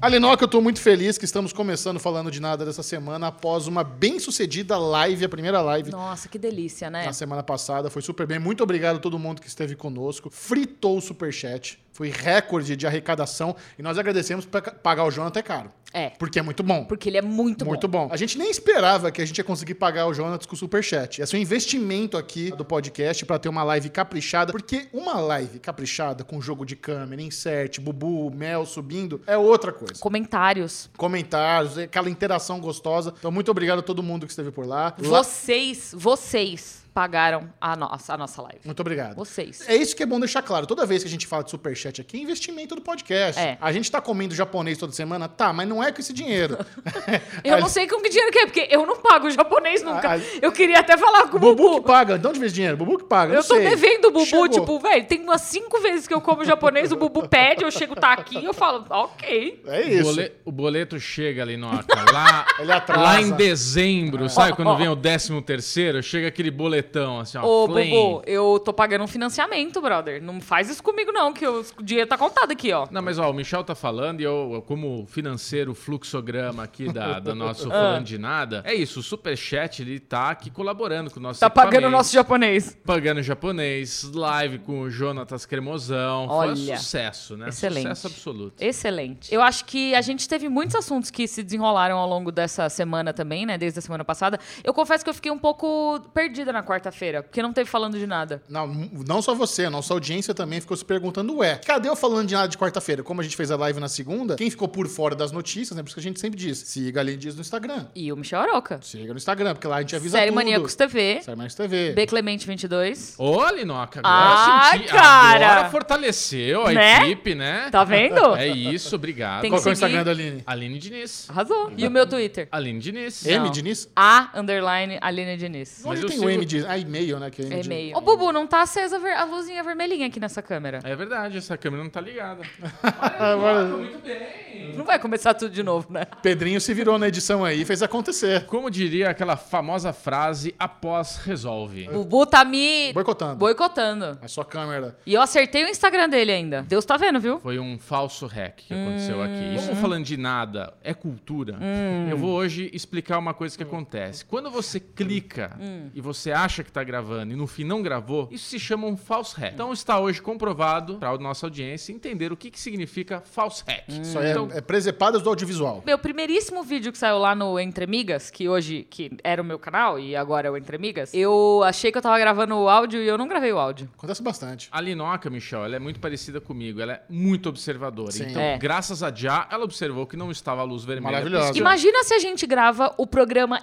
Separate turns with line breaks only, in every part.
Alinoca, eu tô muito feliz que estamos começando falando de nada dessa semana após uma bem-sucedida live, a primeira live
Nossa, que delícia, né?
na semana passada. Foi super bem. Muito obrigado a todo mundo que esteve conosco. Fritou o superchat. Foi recorde de arrecadação. E nós agradecemos pra ca- pagar o Jonathan é caro.
É.
Porque é muito bom.
Porque ele é muito,
muito bom. A gente nem esperava que a gente ia conseguir pagar o Jonas com o Superchat. Esse é um investimento aqui do podcast pra ter uma live caprichada, porque uma live caprichada com jogo de câmera, insert, bubu, mel subindo, é outra coisa.
Comentários.
Comentários, aquela interação gostosa. Então, muito obrigado a todo mundo que esteve por lá. Lá-
Vocês, vocês pagaram a nossa, a nossa live.
Muito obrigado.
Vocês.
É isso que é bom deixar claro. Toda vez que a gente fala de superchat aqui, é investimento do podcast.
É.
A gente tá comendo japonês toda semana? Tá, mas não é com esse dinheiro.
Eu não sei com que dinheiro que é, porque eu não pago japonês nunca.
Ah,
Eu queria até falar com o
Bubu,
Bubu.
que paga. De onde vem esse dinheiro? Bubu que paga.
Eu
não
tô
sei.
devendo o Bubu,
Chegou.
tipo, velho, tem umas cinco vezes que eu como japonês, o Bubu pede, eu chego, tá aqui, eu falo, ok.
É
O,
isso.
bole- o boleto chega ali no lá,
Ele atrasa.
lá em dezembro, sabe? Quando vem o décimo terceiro, chega aquele boletão assim, ó.
Ô,
flame.
Bubu, eu tô pagando um financiamento, brother. Não faz isso comigo, não, que o dinheiro tá contado aqui, ó.
Não, mas ó, o Michel tá falando e eu, eu como financeiro fluxograma aqui da, do nosso
Ah.
falando de nada, é isso, o Superchat ele tá aqui colaborando com o nosso
Tá pagando o
equipamento.
nosso japonês.
Pagando japonês, live com o Jonatas Cremosão. Foi
Olha.
um sucesso, né?
Excelente.
Sucesso absoluto.
Excelente. Eu acho que a gente teve muitos assuntos que se desenrolaram ao longo dessa semana também, né? Desde a semana passada. Eu confesso que eu fiquei um pouco perdida na quarta-feira, porque não teve falando de nada.
Não, não só você, a nossa audiência também ficou se perguntando, ué, cadê eu falando de nada de quarta-feira? Como a gente fez a live na segunda, quem ficou por fora das notícias, né? Por isso que a gente sempre diz, siga a Aline Dias no Instagram.
E o Michel Aroca.
Siga no Instagram, porque lá a gente avisa
Série
tudo.
Maníacos TV,
Série Maníacos TV.
B Clemente 22.
Ô, Linoca, agora
Ah,
eu senti.
cara!
Agora fortaleceu a
Né?
equipe, né?
Tá vendo?
É isso, obrigado.
Tem
Qual que é o
seguir.
Instagram da Aline?
Aline Diniz.
Arrasou. E o meu Twitter?
Aline Diniz.
Não.
M, Diniz?
A underline Aline Diniz.
Mas
Onde
eu
tem
sigo-
o M, Diniz? Ah, e-mail, né? Que é M, Diniz.
E-mail. Ô, Bubu, não tá acesa a ver- a luzinha vermelhinha aqui nessa câmera.
É verdade, essa câmera não tá ligada. muito bem.
Não vai começar tudo de novo, né?
Pedrinho se virou na edição aí e fez acontecer.
Como diria aquela famosa frase, após resolve.
Bubu tá me
Boicotando.
boicotando.
A sua câmera.
E eu acertei o Instagram dele ainda. Deus tá vendo, viu?
Foi um falso hack que aconteceu
Hum.
aqui. Isso não falando de nada, é cultura. Eu vou hoje explicar uma coisa que acontece. Quando você clica
Hum.
e você acha que tá gravando e no fim não gravou, isso se chama um false hack. Então está hoje comprovado para a nossa audiência entender o que, que significa false hack.
Isso aí é-
Hum.
Então,
é, presepadas do audiovisual.
Meu primeiríssimo vídeo que saiu lá no Entre Amigas, que hoje que era o meu canal e agora é o Entre Amigas, eu achei que eu tava gravando o áudio e eu não gravei o áudio.
Acontece bastante.
A Linoca, Michel, ela é muito parecida comigo. Ela é muito observadora.
Sim.
Então,
É.
graças a Já, ela observou que não estava a luz vermelha.
Maravilhosa.
Porque-
Imagina se a gente grava o programa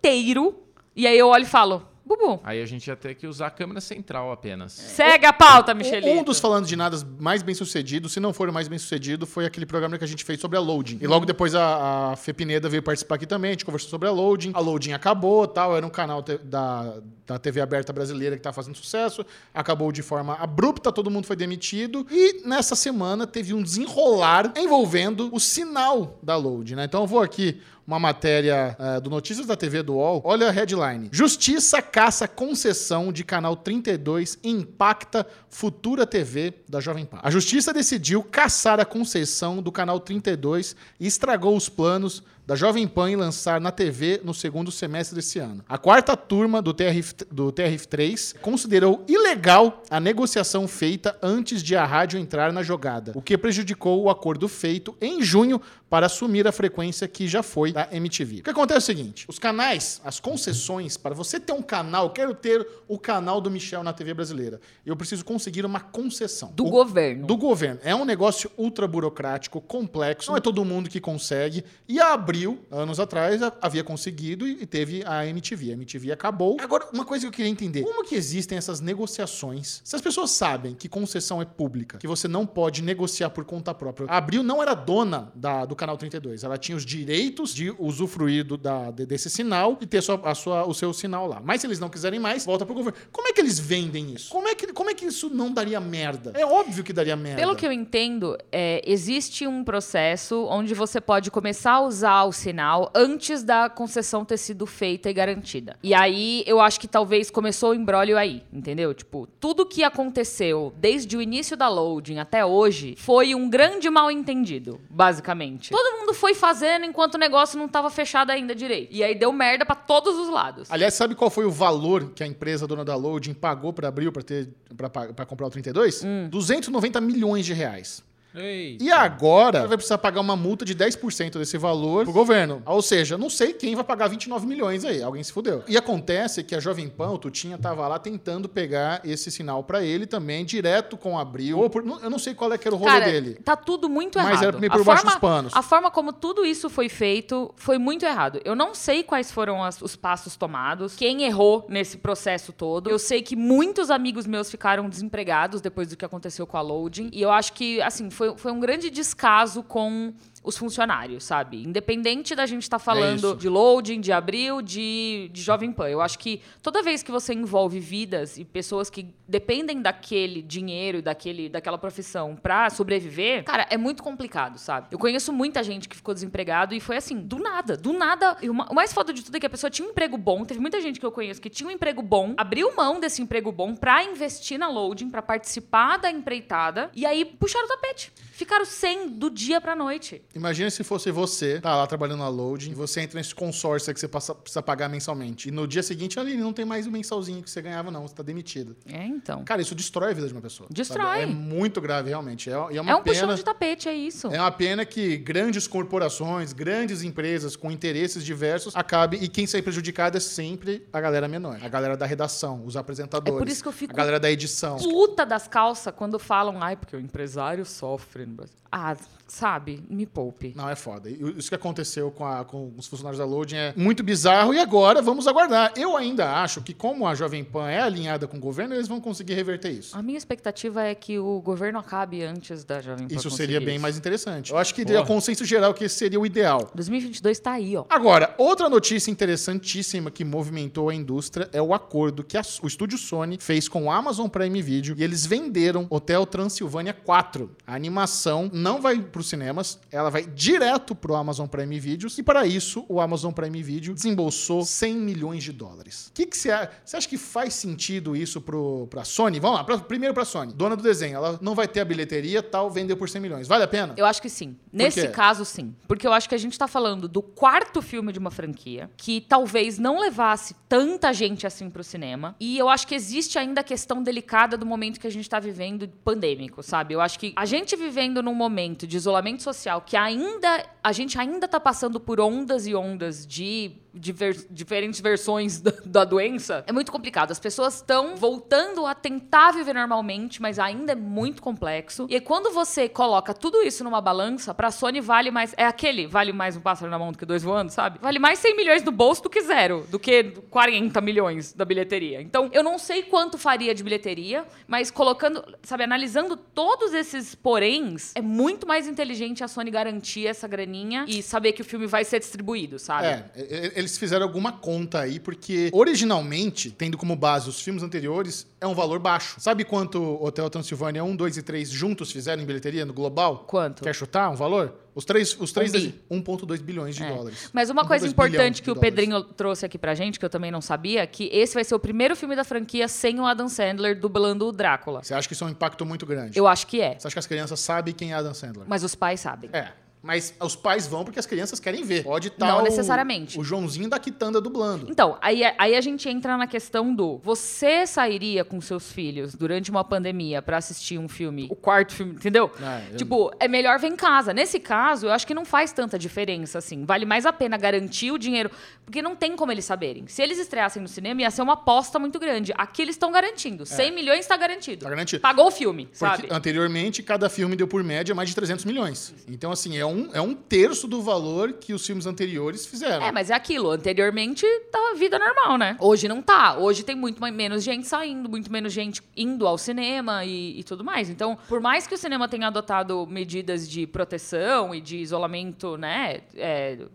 inteiro e aí eu olho e falo, Bubu,
Aí a gente ia ter que usar a câmera central apenas.
segue a pauta,
Um
Michelin.
um dos falando de nada mais bem sucedido, se não for o mais bem sucedido, foi aquele programa que a gente fez sobre a loading. E logo depois a, a Fê Pineda veio participar aqui também, a gente conversou sobre a loading. A loading acabou tal, era um canal te- da, da TV aberta brasileira que tá fazendo sucesso. Acabou de forma abrupta, todo mundo foi demitido. E nessa semana teve um desenrolar envolvendo o sinal da loading, né? Então eu vou aqui. Uma matéria eh, do Notícias da TV do UOL. Olha a headline. Justiça caça concessão de canal 32 e impacta Futura TV da Jovem Pan. A justiça decidiu caçar a concessão do canal 32 e estragou os planos da Jovem Pan em lançar na TV no segundo semestre desse ano. A quarta turma do, TRF, do TRF3 considerou ilegal a negociação feita antes de a rádio entrar na jogada, o que prejudicou o acordo feito em junho para assumir a frequência que já foi da MTV. O que acontece é o seguinte: os canais, as concessões, para você ter um canal, quero ter o canal do Michel na TV brasileira, eu preciso conseguir uma concessão.
Do
O-
governo.
do governo. É um negócio ultra burocrático, complexo, não é todo mundo que consegue. E a Abril, anos atrás, a- havia conseguido e e teve a MTV. A MTV acabou. Agora, uma coisa que eu queria entender: como que existem essas negociações? Se as pessoas sabem que concessão é pública, que você não pode negociar por conta própria. A Abril não era dona da- do Canal 32, ela tinha os direitos de usufruir do- da- de- desse sinal e ter sua- a sua- o seu sinal lá. Mas se eles não quiserem mais, volta pro governo. Como é que eles vendem isso? Como é que, como é que isso não daria merda? É óbvio que daria merda.
Pelo que eu entendo, é, existe um processo onde você pode começar a usar o sinal antes da concessão ter sido feita e garantida. E aí eu acho que talvez começou o embrólio aí, entendeu? Tipo, tudo que aconteceu desde o início da loading até hoje foi um grande mal entendido, basicamente. Todo mundo foi fazendo enquanto o negócio não tava fechado ainda direito. E aí deu merda pra todos os lados.
Aliás, sabe qual foi o valor que a empresa dona da loading pagou pra Abril pra, ter, pra, pa- pra comprar o 32? 290 milhões de reais.
Ei.
E agora ela vai precisar pagar uma multa de 10% desse valor pro governo. Ou seja, não sei quem vai pagar 29 milhões aí. Alguém se fudeu. E acontece que a Jovem Pan, o Tutinha, tava lá tentando pegar esse sinal pra ele também, direto com o Abril. Ou por- não- eu não sei qual é que era o rolê
Cara,
dele.
tá tudo muito
Mas
errado.
era meio
a
por baixo
forma,
dos panos.
A forma como tudo isso foi feito foi muito errado. Eu não sei quais foram as- os passos tomados, quem errou nesse processo todo. Eu sei que muitos amigos meus ficaram desempregados depois do que aconteceu com a Loading. E eu acho que, assim, foi, foi um grande descaso com os funcionários, sabe? Independente da gente estar falando
É isso.
de loading, de abril, de, de Jovem Pan. Eu acho que toda vez que você envolve vidas e pessoas que dependem daquele dinheiro, daquele, daquela profissão pra sobreviver, cara, é muito complicado, sabe? Eu conheço muita gente que ficou desempregado e foi assim, do nada, do nada. E uma- o mais foda de tudo é que a pessoa tinha um emprego bom, teve muita gente que eu conheço que tinha um emprego bom, abriu mão desse emprego bom pra investir na loading, pra participar da empreitada, e aí puxaram o tapete. Ficaram sem do dia pra noite.
Imagina se fosse você, tá lá trabalhando na loading, e você entra nesse consórcio aí que você passa- precisa pagar mensalmente. E no dia seguinte, ali, não tem mais o mensalzinho que você ganhava, não. Você tá demitido.
É, então.
Cara, isso destrói a vida de uma pessoa. sabe?
Destrói.
É muito grave, realmente. É, e é uma
É um puxão
pena.
de tapete, é isso.
É uma pena que grandes corporações, grandes empresas com interesses diversos acabe e quem sai prejudicada é sempre a galera menor, a galera da redação, os apresentadores,
É por isso que eu fico
a galera da edição.
Puta das calças quando falam, ai, porque o empresário sofre no Brasil. Ah, sabe, me poupe.
Não, é foda. E Isso que aconteceu com, a- com os funcionários da Loading é muito bizarro e agora vamos aguardar. Eu ainda acho que como a Jovem Pan é alinhada com o governo, eles vão conseguir reverter isso.
A minha expectativa é que o governo acabe antes da Jovem Pan.
Isso seria
conseguir
bem
isso.
mais interessante. Eu acho que
Porra.
é consenso geral que esse seria o ideal.
2022 tá aí, ó.
Agora, outra notícia interessantíssima que movimentou a indústria é o acordo que a- o estúdio Sony fez com o Amazon Prime Video e eles venderam Hotel Transilvânia 4. A animação não vai para os cinemas, ela vai direto pro Amazon Prime Videos e para isso o Amazon Prime Video desembolsou 100 milhões de dólares. O que que você a- você acha que faz sentido isso pro para Sony? Vamos lá, pra- primeiro para Sony, dona do desenho, ela não vai ter a bilheteria, tal, vendeu por 100 milhões. Vale a pena?
Eu acho que sim. Nesse
quê?
caso, sim. Porque eu acho que a gente tá falando do quarto filme de uma franquia que talvez não levasse tanta gente assim pro cinema. E eu acho que existe ainda a questão delicada do momento que a gente tá vivendo pandêmico, sabe? Eu acho que a gente vivendo num momento de isolamento social que ainda. A gente ainda tá passando por ondas e ondas de diver- diferentes versões da, da doença, é muito complicado. As pessoas estão voltando a tentar viver normalmente, mas ainda é muito complexo. E aí, quando você coloca tudo isso numa balança, pra Sony vale mais. É aquele, vale mais um pássaro na mão do que dois voando, sabe? Vale mais 100 milhões no bolso do que zero, do que 40 milhões da bilheteria. Então, eu não sei quanto faria de bilheteria, mas colocando, sabe, analisando todos esses poréns, é muito mais inteligente a Sony garantir essa graninha e saber que o filme vai ser distribuído, sabe?
É, e- e- eles fizeram alguma conta aí, porque originalmente, tendo como base os filmes anteriores, é um valor baixo. Sabe quanto Hotel Transilvânia 1, 2 e 3 juntos fizeram em bilheteria no global?
Quanto?
Quer chutar um valor? Os três, os três
Um
desse-
bi. É.
1.2 bilhões de dólares.
Mas uma coisa
1.2 bilhão
importante
de
que o
dólares.
Pedrinho trouxe aqui pra gente, que eu também não sabia, que esse vai ser o primeiro filme da franquia sem o Adam Sandler dublando o Drácula.
Você acha que isso é um impacto muito grande?
Eu acho que é.
Você acha que as crianças sabem quem é Adam Sandler?
Mas os pais sabem.
É. Mas os pais vão porque as crianças querem ver. Pode estar
Não
o,
necessariamente.
o Joãozinho da Quitanda dublando.
Então, aí, aí a gente entra na questão do você sairia com seus filhos durante uma pandemia pra assistir um filme, o quarto filme, entendeu?
Ah, eu-
Tipo, é melhor ver em casa. Nesse caso, eu acho que não faz tanta diferença, assim. Vale mais a pena garantir o dinheiro, porque não tem como eles saberem. Se eles estreassem no cinema, ia ser uma aposta muito grande. Aqui eles estão garantindo. 100 milhões está É. garantido.
Tá garantido.
Pagou o filme,
Porque
sabe?
anteriormente, cada filme deu por média mais de 300 milhões. Então, assim, é um, é um terço do valor que os filmes anteriores fizeram.
É, mas é aquilo. Anteriormente tava vida normal, né? Hoje não tá. Hoje tem muito mais- menos gente saindo, muito menos gente indo ao cinema e, e tudo mais. Então, por mais que o cinema tenha adotado medidas de proteção e de isolamento, né,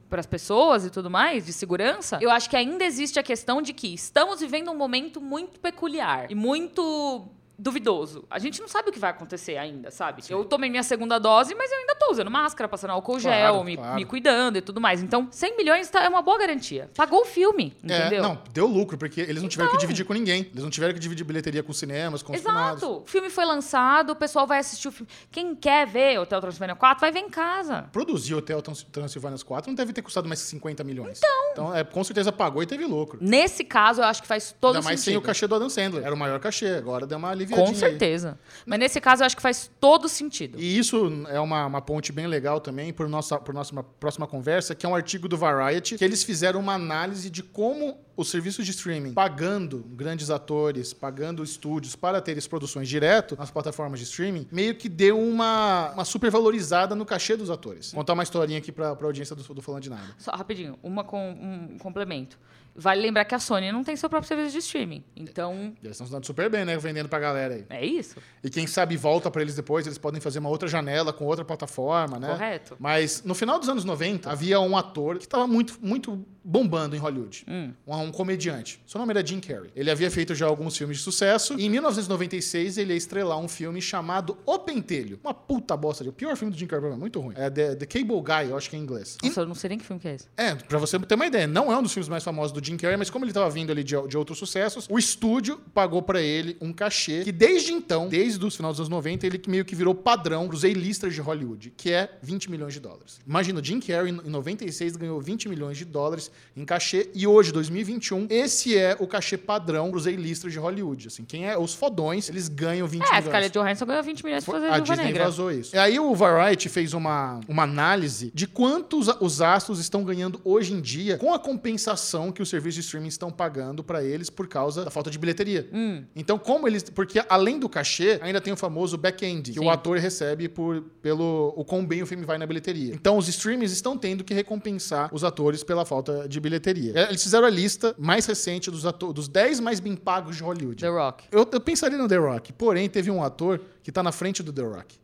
para as pessoas e tudo mais, de segurança, eu acho que ainda existe a questão de que estamos vivendo um momento muito peculiar e muito duvidoso. A gente não sabe o que vai acontecer ainda, sabe? Eu tomei minha segunda dose, mas eu ainda tô usando máscara, passando álcool
Claro,
gel, me,
claro.
me cuidando e tudo mais. Então, 100 milhões tá- é uma boa garantia. Pagou o filme, entendeu? Então.
É, não, deu lucro, porque eles não tiveram que dividir com ninguém. Eles não tiveram que dividir bilheteria com cinemas, com os filmados.
Exato. O filme foi lançado, o pessoal vai assistir o filme. Quem quer ver Hotel Transilvânia 4 vai ver em casa.
Produzir Hotel Trans- Transilvânia 4 não deve ter custado mais que 50 milhões. Então. Então, é, com certeza pagou e teve lucro.
Nesse caso, eu acho que faz todo
Ainda mais sem
sentido.
o cachê do Adam Sandler. Era o maior cachê, agora deu uma aliviadinha.
Com
aí.
certeza. Mas nesse caso, eu acho que faz todo sentido.
E isso é uma, uma ponte bem legal também por nossa, por nossa uma próxima conversa, que é um artigo do Variety, que eles fizeram uma análise de como os serviços de streaming, pagando grandes atores, pagando estúdios para terem produções direto nas plataformas de streaming, meio que deu uma, uma supervalorizada no cachê dos atores. Vou contar uma historinha aqui para a audiência do, do Falando de Nada.
Só rapidinho, uma com um complemento. Vale lembrar que a Sony não tem seu próprio serviço de streaming. Então,
Eles estão se dando super bem, né? Vendendo pra galera aí.
é isso.
E quem sabe volta para eles depois, eles podem fazer uma outra janela com outra plataforma, né?
Correto.
Mas no final dos anos 90, havia um ator que estava muito, muito bombando em Hollywood. Um, um comediante. Seu nome era Jim Carrey. Ele havia feito já alguns filmes de sucesso. E em 1996, ele ia estrelar um filme chamado O Pentelho. Uma puta bosta. O pior filme do Jim Carrey, muito ruim. É The, The Cable Guy, eu acho que é em inglês. E-
Nossa, eu não sei nem que filme que é esse.
é, pra você ter uma ideia, não é um dos filmes mais famosos do Jim Carrey, mas como ele tava vindo ali de, de outros sucessos, o estúdio pagou pra ele um cachê que desde então, desde os finais dos anos 90, ele que meio que virou padrão pros A-listers de Hollywood, que é 20 milhões de dólares. Imagina, o Jim Carrey em 96 ganhou 20 milhões de dólares em cachê e hoje, 2021, esse é o cachê padrão pros A-listers de Hollywood. Assim, quem é os fodões, eles ganham 20
É, a
milhões.
Scarlett Johansson ganhou 20 milhões pra fazer
a
Viúva
Disney
Negra.
vazou isso. E aí o Variety fez uma, uma análise de quantos a- os astros estão ganhando hoje em dia com a compensação que os serviços de streaming estão pagando pra eles por causa da falta de bilheteria.
Hum,
Então, como eles. Porque além do cachê, ainda tem o famoso back-end, que
Sim.
o ator recebe por, pelo o quão bem o filme vai na bilheteria. Então, os streams estão tendo que recompensar os atores pela falta de bilheteria. É, Eles fizeram a lista mais recente dos, ato- dos 10 mais bem pagos de Hollywood.
The Rock.
Eu, eu pensaria no The Rock, porém teve um ator que tá na frente do The Rock.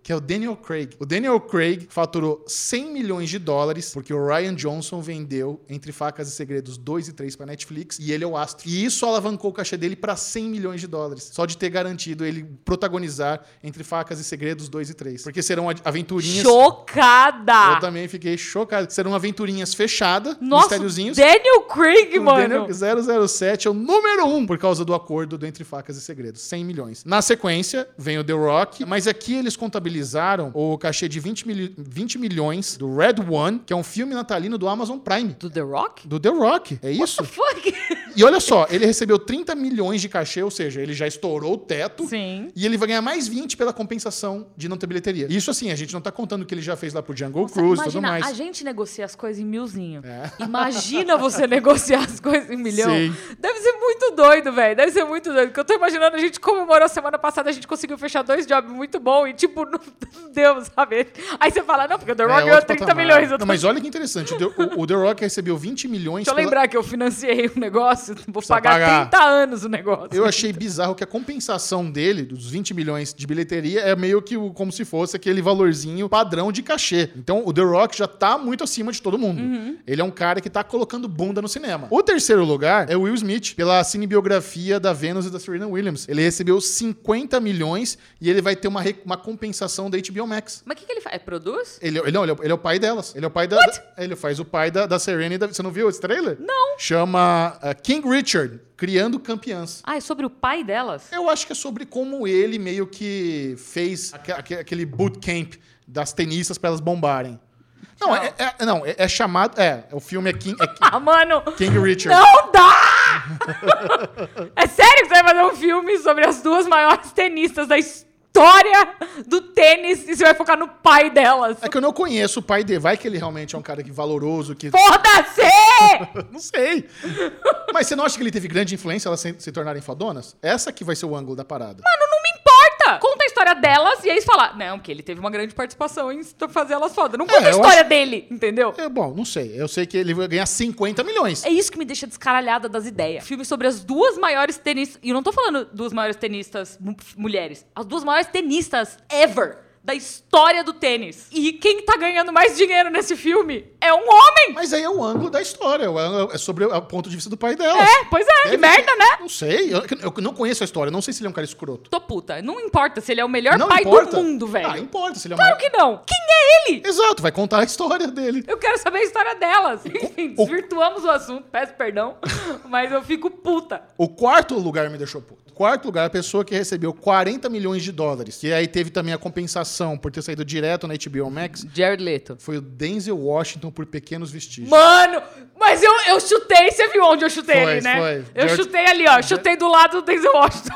Que é o Daniel Craig. O Daniel Craig faturou 100 milhões de dólares porque o Ryan Johnson vendeu Entre Facas e Segredos 2 e 3 pra Netflix e ele é o astro. E isso alavancou o cachê dele pra 100 milhões de dólares. Só de ter garantido ele protagonizar Entre Facas e Segredos 2 e 3. Porque serão a- aventurinhas. Eu
Chocada!
também fiquei chocado. Serão aventurinhas fechadas,
Nossa,
mistériozinhos.
Daniel Craig,
O
mano!
Daniel 007 é o número um por causa do acordo do Entre Facas e Segredos. 100 milhões. Na sequência, vem o The Rock, mas aqui eles contabilizaram o cachê de 20, mili- 20 milhões do Red One, que é um filme natalino do Amazon Prime.
Do The Rock?
Do The Rock, é isso?
Fuck!
E olha só, ele recebeu 30 milhões de cachê, ou seja, ele já estourou o teto.
Sim.
E ele vai ganhar mais 20 pela compensação de não ter bilheteria. Isso assim, a gente não tá contando o que ele já fez lá pro Jungle
Nossa,
Cruise e tudo
imagina,
mais. É.
a gente negocia as coisas em milzinho. Imagina você negociar as coisas em milhão.
Sim.
Deve ser muito doido, velho. Deve ser muito doido. Porque eu tô imaginando, a gente comemorou semana passada, a gente conseguiu fechar dois jobs muito bom e, tipo, não não deu, sabe? Aí você fala, não, porque o The Rock
É,
ganhou
outro
30
patamar.
milhões. Eu tô...
Não, mas olha que interessante. O The, o- o The Rock recebeu 20 milhões
Deixa eu
pela-
lembrar que eu financiei o negócio, vou
Precisa
pagar,
pagar.
30 anos o negócio.
Eu achei bizarro que a compensação dele, dos 20 milhões de bilheteria, é meio que o- como se fosse aquele valorzinho padrão de cachê. Então o The Rock já tá muito acima de todo mundo. Ele é um cara que tá colocando bunda no cinema. O terceiro lugar é o Will Smith, pela cinebiografia da Venus e da Serena Williams. Ele recebeu 50 milhões e ele vai ter uma, re- uma compensação da HBO Max.
Mas o que, que ele faz? É, produz?
Ele, ele, não, ele, é, ele é o pai delas. Ele é o pai da. da- ele faz o pai da, da Serena e da. Você não viu esse trailer? Não. Chama ah, King Richard, Criando Campeãs.
Ah, é sobre o pai delas?
Eu acho que é sobre como ele meio que fez aque- aque- aquele bootcamp das tenistas pra elas bombarem. Não, é, é- não é, é chamado. É, o filme é King, é Ki-
Ah, mano!
King Richard.
Não dá! é sério que você vai fazer um filme sobre as duas maiores tenistas da história do tênis e você vai focar no pai delas?
É que eu não conheço o pai dele. Vai que ele realmente é um cara que valoroso, que.
Foda-se!
Não sei. Mas você não acha que ele teve grande influência elas se, se tornarem fodonas? Essa que vai ser o ângulo da parada.
Mano, não me importa! Conta a história delas e aí você fala, não, que ele teve uma grande participação em fazer elas foda. Não conta
É,
a
eu
história dele, entendeu?
É, bom, não sei. Eu sei que ele vai ganhar 50 milhões.
É isso que me deixa descaralhada das ideias. Filme sobre as duas maiores tenistas. E eu não tô falando duas maiores tenistas mu- mulheres. As duas maiores tenistas ever. da história do tênis. E quem tá ganhando mais dinheiro nesse filme é um homem!
Mas aí é o ângulo da história, é o ângulo- é sobre o ponto de vista do pai dela.
É, pois é, que
Deve
merda,
ser-
né?
Não sei, eu, eu não conheço a história, não sei se ele é um cara escroto.
Tô puta. Não importa se ele é o melhor
não
pai
importa.
do mundo, velho.
Ah, importa se ele é um
Claro que não. Quem é ele?
Exato, vai contar a história dele.
Eu quero saber a história delas. Enfim, desvirtuamos o assunto, peço perdão, mas eu fico puta.
O quarto lugar me deixou puto. Quarto lugar, a pessoa que recebeu 40 milhões de dólares. E aí teve também a compensação por ter saído direto na HBO Max.
Jared Leto.
Foi o Denzel Washington por Pequenos Vestígios.
Mano, mas eu, eu chutei, você viu onde eu chutei
Foi,
ali, né?
foi.
Eu
George-
chutei ali, ó. Chutei do lado do Denzel Washington.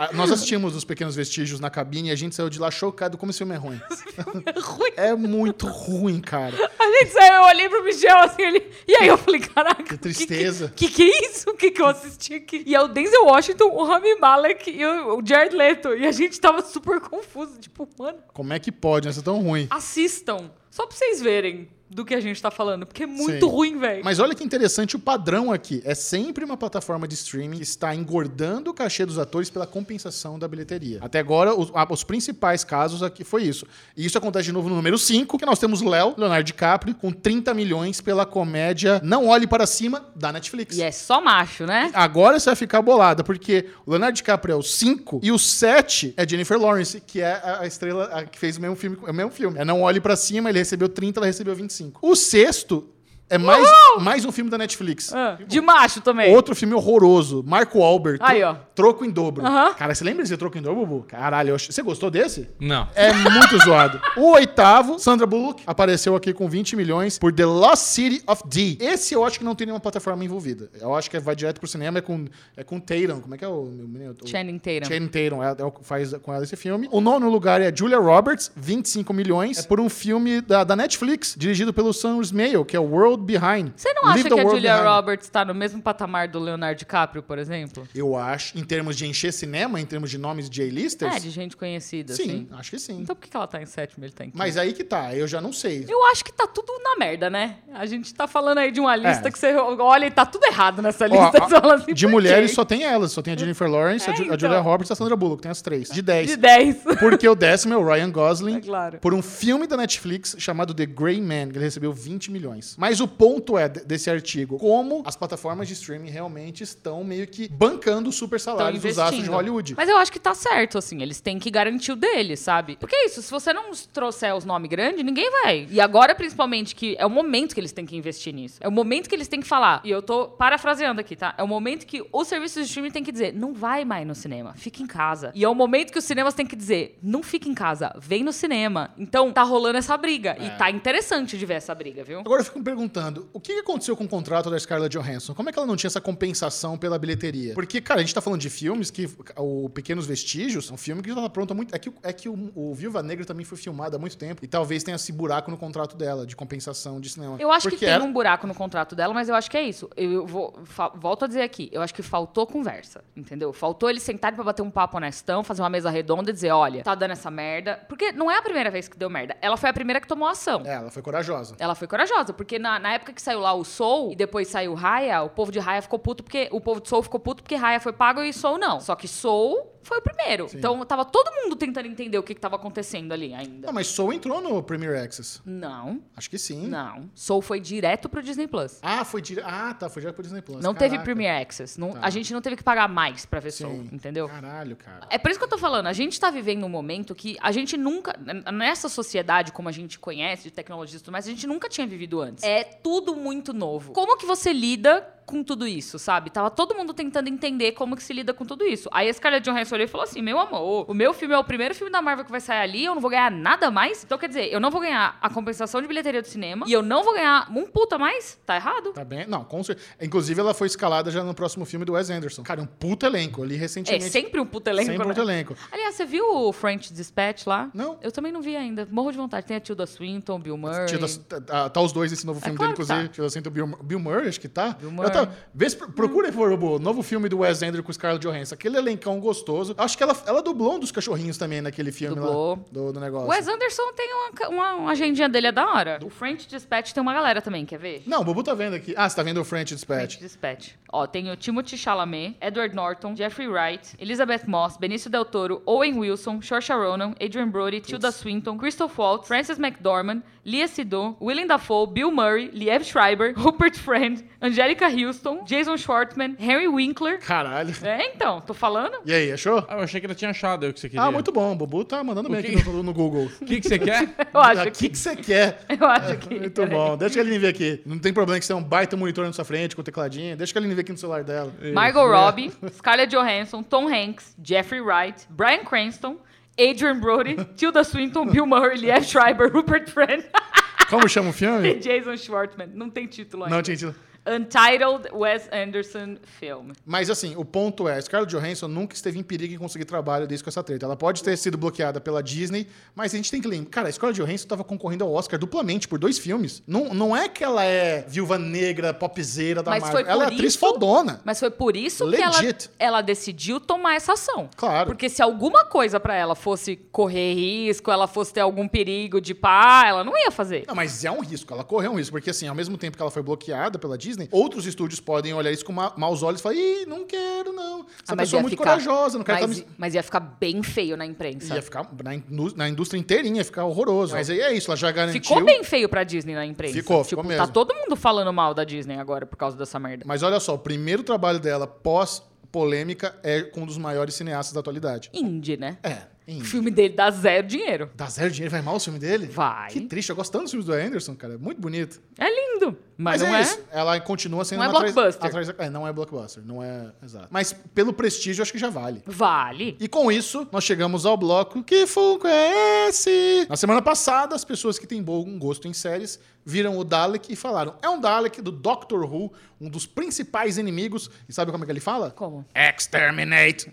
Ah, Nós assistimos os Pequenos Vestígios na cabine e a gente saiu de lá chocado como esse filme é ruim.
É ruim.
É muito ruim, cara.
A gente saiu, eu olhei pro Michel assim, ele. E aí eu falei, caraca. Que
tristeza.
Que que, é isso? O que, que eu assisti aqui? E é o Denzel Washington, o Rami Malek e o o Jared Leto. E a gente tava super confuso, tipo, mano,
Como é que pode, né? Isso é tão ruim.
assistam. Só pra vocês verem do que a gente tá falando, porque é muito
Sim.
ruim, velho.
Mas olha que interessante o padrão aqui. É sempre uma plataforma de streaming que está engordando o cachê dos atores pela compensação da bilheteria. Até agora, os, a- os principais casos aqui foi isso. E isso acontece de novo no número 5, que nós temos Léo, Leonardo DiCaprio, com 30 milhões pela comédia Não Olhe Para Cima, da Netflix.
E é só macho, né?
Agora você vai ficar bolada, porque o Leonardo DiCaprio é o 5 e o 7 é Jennifer Lawrence, que é a a estrela a que fez o mesmo filme. O mesmo filme. É Não Olhe Pra Cima, ele recebeu 30, ela recebeu 25. O sexto é mais, mais um filme da Netflix.
Ah, de macho também.
Outro filme horroroso, Marco Albert.
Aí, ó.
Troco em dobro.
Aham.
Cara, você lembra desse Troco em dobro, Bubu? Caralho, eu acho- você gostou desse?
Não.
É muito zoado. O oitavo, Sandra Bullock, apareceu aqui com 20 milhões por The Lost City of D. Esse eu acho que não tem nenhuma plataforma envolvida. Eu acho que vai direto pro cinema, é com, é com Tatum. Como é que é o meu menino? O-
Channing Tatum.
Channing Tatum, é, ela- ela faz com ela esse filme. O nono lugar é Julia Roberts, 25 milhões, por um filme da, da Netflix, dirigido pelo Sam Ismail, que é World Behind.
Você não acha
Little
que a
World
Julia
Behind.
Roberts tá no mesmo patamar do Leonardo DiCaprio, por exemplo?
Eu acho, em termos de encher cinema, em termos de nomes de A-listers,
É, de gente conhecida,
sim,
assim.
acho que sim.
Então por que que ela tá em sétimo e ele tá em quinto?
Mas aí que tá, eu já não sei.
Eu acho que tá tudo na merda, né? A gente tá falando aí de uma lista
É.
que você olha e tá tudo errado nessa
Ó,
lista.
a-
Você fala assim,
de
por
mulheres
quê?
só tem elas, só tem a Jennifer Lawrence,
É,
a, Ju- a
então.
Julia Roberts e a Sandra Bullock. Tem as três. De dez.
De 10.
Porque o décimo é o Ryan Gosling.
É claro.
Por um filme da Netflix chamado The Grey Man, que ele recebeu 20 milhões. Mas o ponto é de- desse artigo: como as plataformas de streaming realmente estão meio que bancando os super salários dos astros de Hollywood.
Mas eu acho que tá certo, assim. Eles têm que garantir o deles, sabe? Porque é isso, se você não os trouxer os nomes grandes, ninguém vai. E agora, principalmente, que é o momento que eles têm que investir nisso. É o momento que eles têm que falar. E eu tô parafraseando aqui, tá? É o momento que os serviços de streaming têm que dizer: não vai mais no cinema, fica em casa. E é o momento que os cinemas têm que dizer: não fica em casa, vem no cinema. Então, tá rolando essa briga. E tá interessante de ver essa briga, viu?
Agora eu fico me perguntando, o que aconteceu com o contrato da Scarlett Johansson? Como é que ela não tinha essa compensação pela bilheteria? Porque, cara, a gente tá falando de filmes que o Pequenos Vestígios é um filme que já tá pronto há muito... É que, o- é que o, o Viúva Negra também foi filmado há muito tempo e talvez tenha esse buraco no contrato dela de compensação de cinema.
Eu acho que
Porque é
tem
era-
um buraco no contrato dela, mas eu acho que é isso. Eu eu vou, fa- volto a dizer aqui, eu acho que faltou conversa, entendeu? Faltou eles sentarem pra bater um papo honestão, fazer uma mesa redonda e dizer, olha, tá dando essa merda. Porque não é a primeira vez que deu merda. Ela foi a primeira que tomou ação.
É, ela foi corajosa.
Ela foi corajosa, porque na, na época que saiu lá o Soul e depois saiu o Raya, o povo de Raya ficou puto porque. O povo de Soul ficou puto porque Raya foi pago e Soul não. Só que Soul foi o primeiro. Então tava todo mundo tentando entender o que, que tava acontecendo ali ainda.
Não, mas Soul entrou no Premier Access.
Não,
Acho que sim.
não. Soul foi direto pro Disney Plus.
Ah, foi direto... Ah, tá, foi direto pro Disney Plus.
Não
Caraca.
teve Premier Access. Não-
Tá.
A gente não teve que pagar mais pra ver Soul,
Sim.
entendeu?
Caralho, cara.
É por isso que eu tô falando, a gente tá vivendo um momento que a gente nunca, n- nessa sociedade como a gente conhece, de tecnologia e tudo mais, a gente nunca tinha vivido antes. É tudo muito novo. Como que você lida com tudo isso, sabe? Tava todo mundo tentando entender como que se lida com tudo isso. Aí a Scarlett Johansson olhou e falou assim, meu amor, o meu filme é o primeiro filme da Marvel que vai sair ali, eu não vou ganhar nada mais. Então quer dizer, eu não vou ganhar a compensação de bilheteria do cinema e eu não vou ganhar um puta mais? Tá errado?
Tá bem? Não, com certeza. Inclusive, ela foi escalada já no próximo filme do Wes Anderson. Cara, é um puto elenco. Eu li
É
recentemente.
sempre um puta elenco,
Sempre
né?
outro elenco.
Aliás, você viu o French Dispatch lá?
Não.
Eu também não vi ainda. Morro de vontade. Tem a Tilda Swinton, Bill Murray.
Tilda- tá, tá os dois nesse novo filme
claro
dele,
que tá.
inclusive. Tilda Swinton e Bill, Bill Murray, acho que tá.
Bill
Eu tá, vê se- procura aí, por favor, o novo filme do Wes Anderson com Scarlett Johansson. Aquele elencão gostoso. Acho que ela, ela dublou um dos cachorrinhos também naquele filme
Dublou.
lá do, do negócio.
O Wes Anderson tem uma, ca- uma, uma agendinha dele, é da hora. O French Dispatch tem uma galera também, quer ver?
Não, o Bubu tá vendo aqui. Ah, você tá vendo o French Dispatch.
French Dispatch. Ó, tem o Timothy Chalamet, Edward Norton, Jeffrey Wright, Elizabeth Moss, Benício Del Toro, Owen Wilson, Saoirse Ronan, Adrian Brody, Tilda Swinton, Christoph Waltz, Frances McDormand, Lia Sidon, Willem Dafoe, Bill Murray, Liev Schreiber, Rupert Friend, Angelica Houston, Jason Schwartzman, Henry Winkler.
Caralho.
É, então, tô falando?
E aí, achou?
Ah, eu achei que ela tinha achado eu que você queria.
Ah, muito bom. O Bubu tá mandando bem
que-
aqui no, no Google.
O que, que você quer?
Eu acho
O que
que.
que você quer?
Eu acho que. é.
Muito bom. Deixa ele me ver aqui. Não tem problema que você tem um baita monitor na sua frente com o tecladinho. Deixa ele me ver aqui no celular dela.
Margot Robbie, Scarlett Johansson, Tom Hanks, Jeffrey Wright, Brian Cranston, Adrian Brody, Tilda Swinton, Bill Murray, Liev Schreiber, Rupert Friend
Como chama o
e
filme?
Jason Schwartzman. Não tem título ainda.
Não, tinha tido.
Untitled Wes Anderson Film.
Mas assim, o ponto é, Scarlett Johansson nunca esteve em perigo em conseguir trabalho desde com essa treta. Ela pode ter sido bloqueada pela Disney, mas a gente tem que lembrar, cara, a Scarlett Johansson estava concorrendo ao Oscar duplamente por dois filmes. Não, não é que ela é viúva negra, popzeira da
Mas
Marvel.
foi
ela é
por
atriz
isso-
fodona.
Mas foi por isso
Legit.
que ela, ela decidiu tomar essa ação.
Claro.
Porque se alguma coisa pra ela fosse correr risco, ela fosse ter algum perigo de pá, ela não ia fazer.
Não, mas é um risco, ela correu um risco, porque assim, ao mesmo tempo que ela foi bloqueada pela Disney, outros estúdios podem olhar isso com ma maus olhos e falar, ih, não quero não. Essa
Ah, mas
pessoa é
ia
muito
ficar-
corajosa, não quero estar
mas, mas ia ficar bem feio na imprensa.
Ia ficar na, indú- na indústria inteirinha, ia ficar horroroso. Mas aí é isso, ela já garantiu.
Ficou bem feio pra Disney na imprensa.
Ficou,
tipo,
ficou
Tá
mesmo.
todo mundo falando mal da Disney agora por causa dessa merda.
Mas olha só, o primeiro trabalho dela pós polêmica é com um dos maiores cineastas da atualidade.
Indie, né?
É,
O
em...
filme dele dá zero dinheiro.
Dá zero dinheiro, vai mal o filme dele?
Vai.
Que triste, eu gosto tanto dos filmes do Anderson, cara. é Muito bonito.
É lindo,
Mas,
mas, não
é,
é.
isso. Ela continua sendo
Não é
uma trai-
blockbuster.
a trai- é, não é blockbuster, não é. Exato. Mas pelo prestígio, acho que já vale.
Vale.
E com isso, nós chegamos ao bloco Que Funko é esse? Na semana passada, as pessoas que têm bom gosto em séries viram o Dalek e falaram: é um Dalek do Doctor Who, um dos principais inimigos. E sabe como é que ele fala?
Como? Hum,
Exterminate.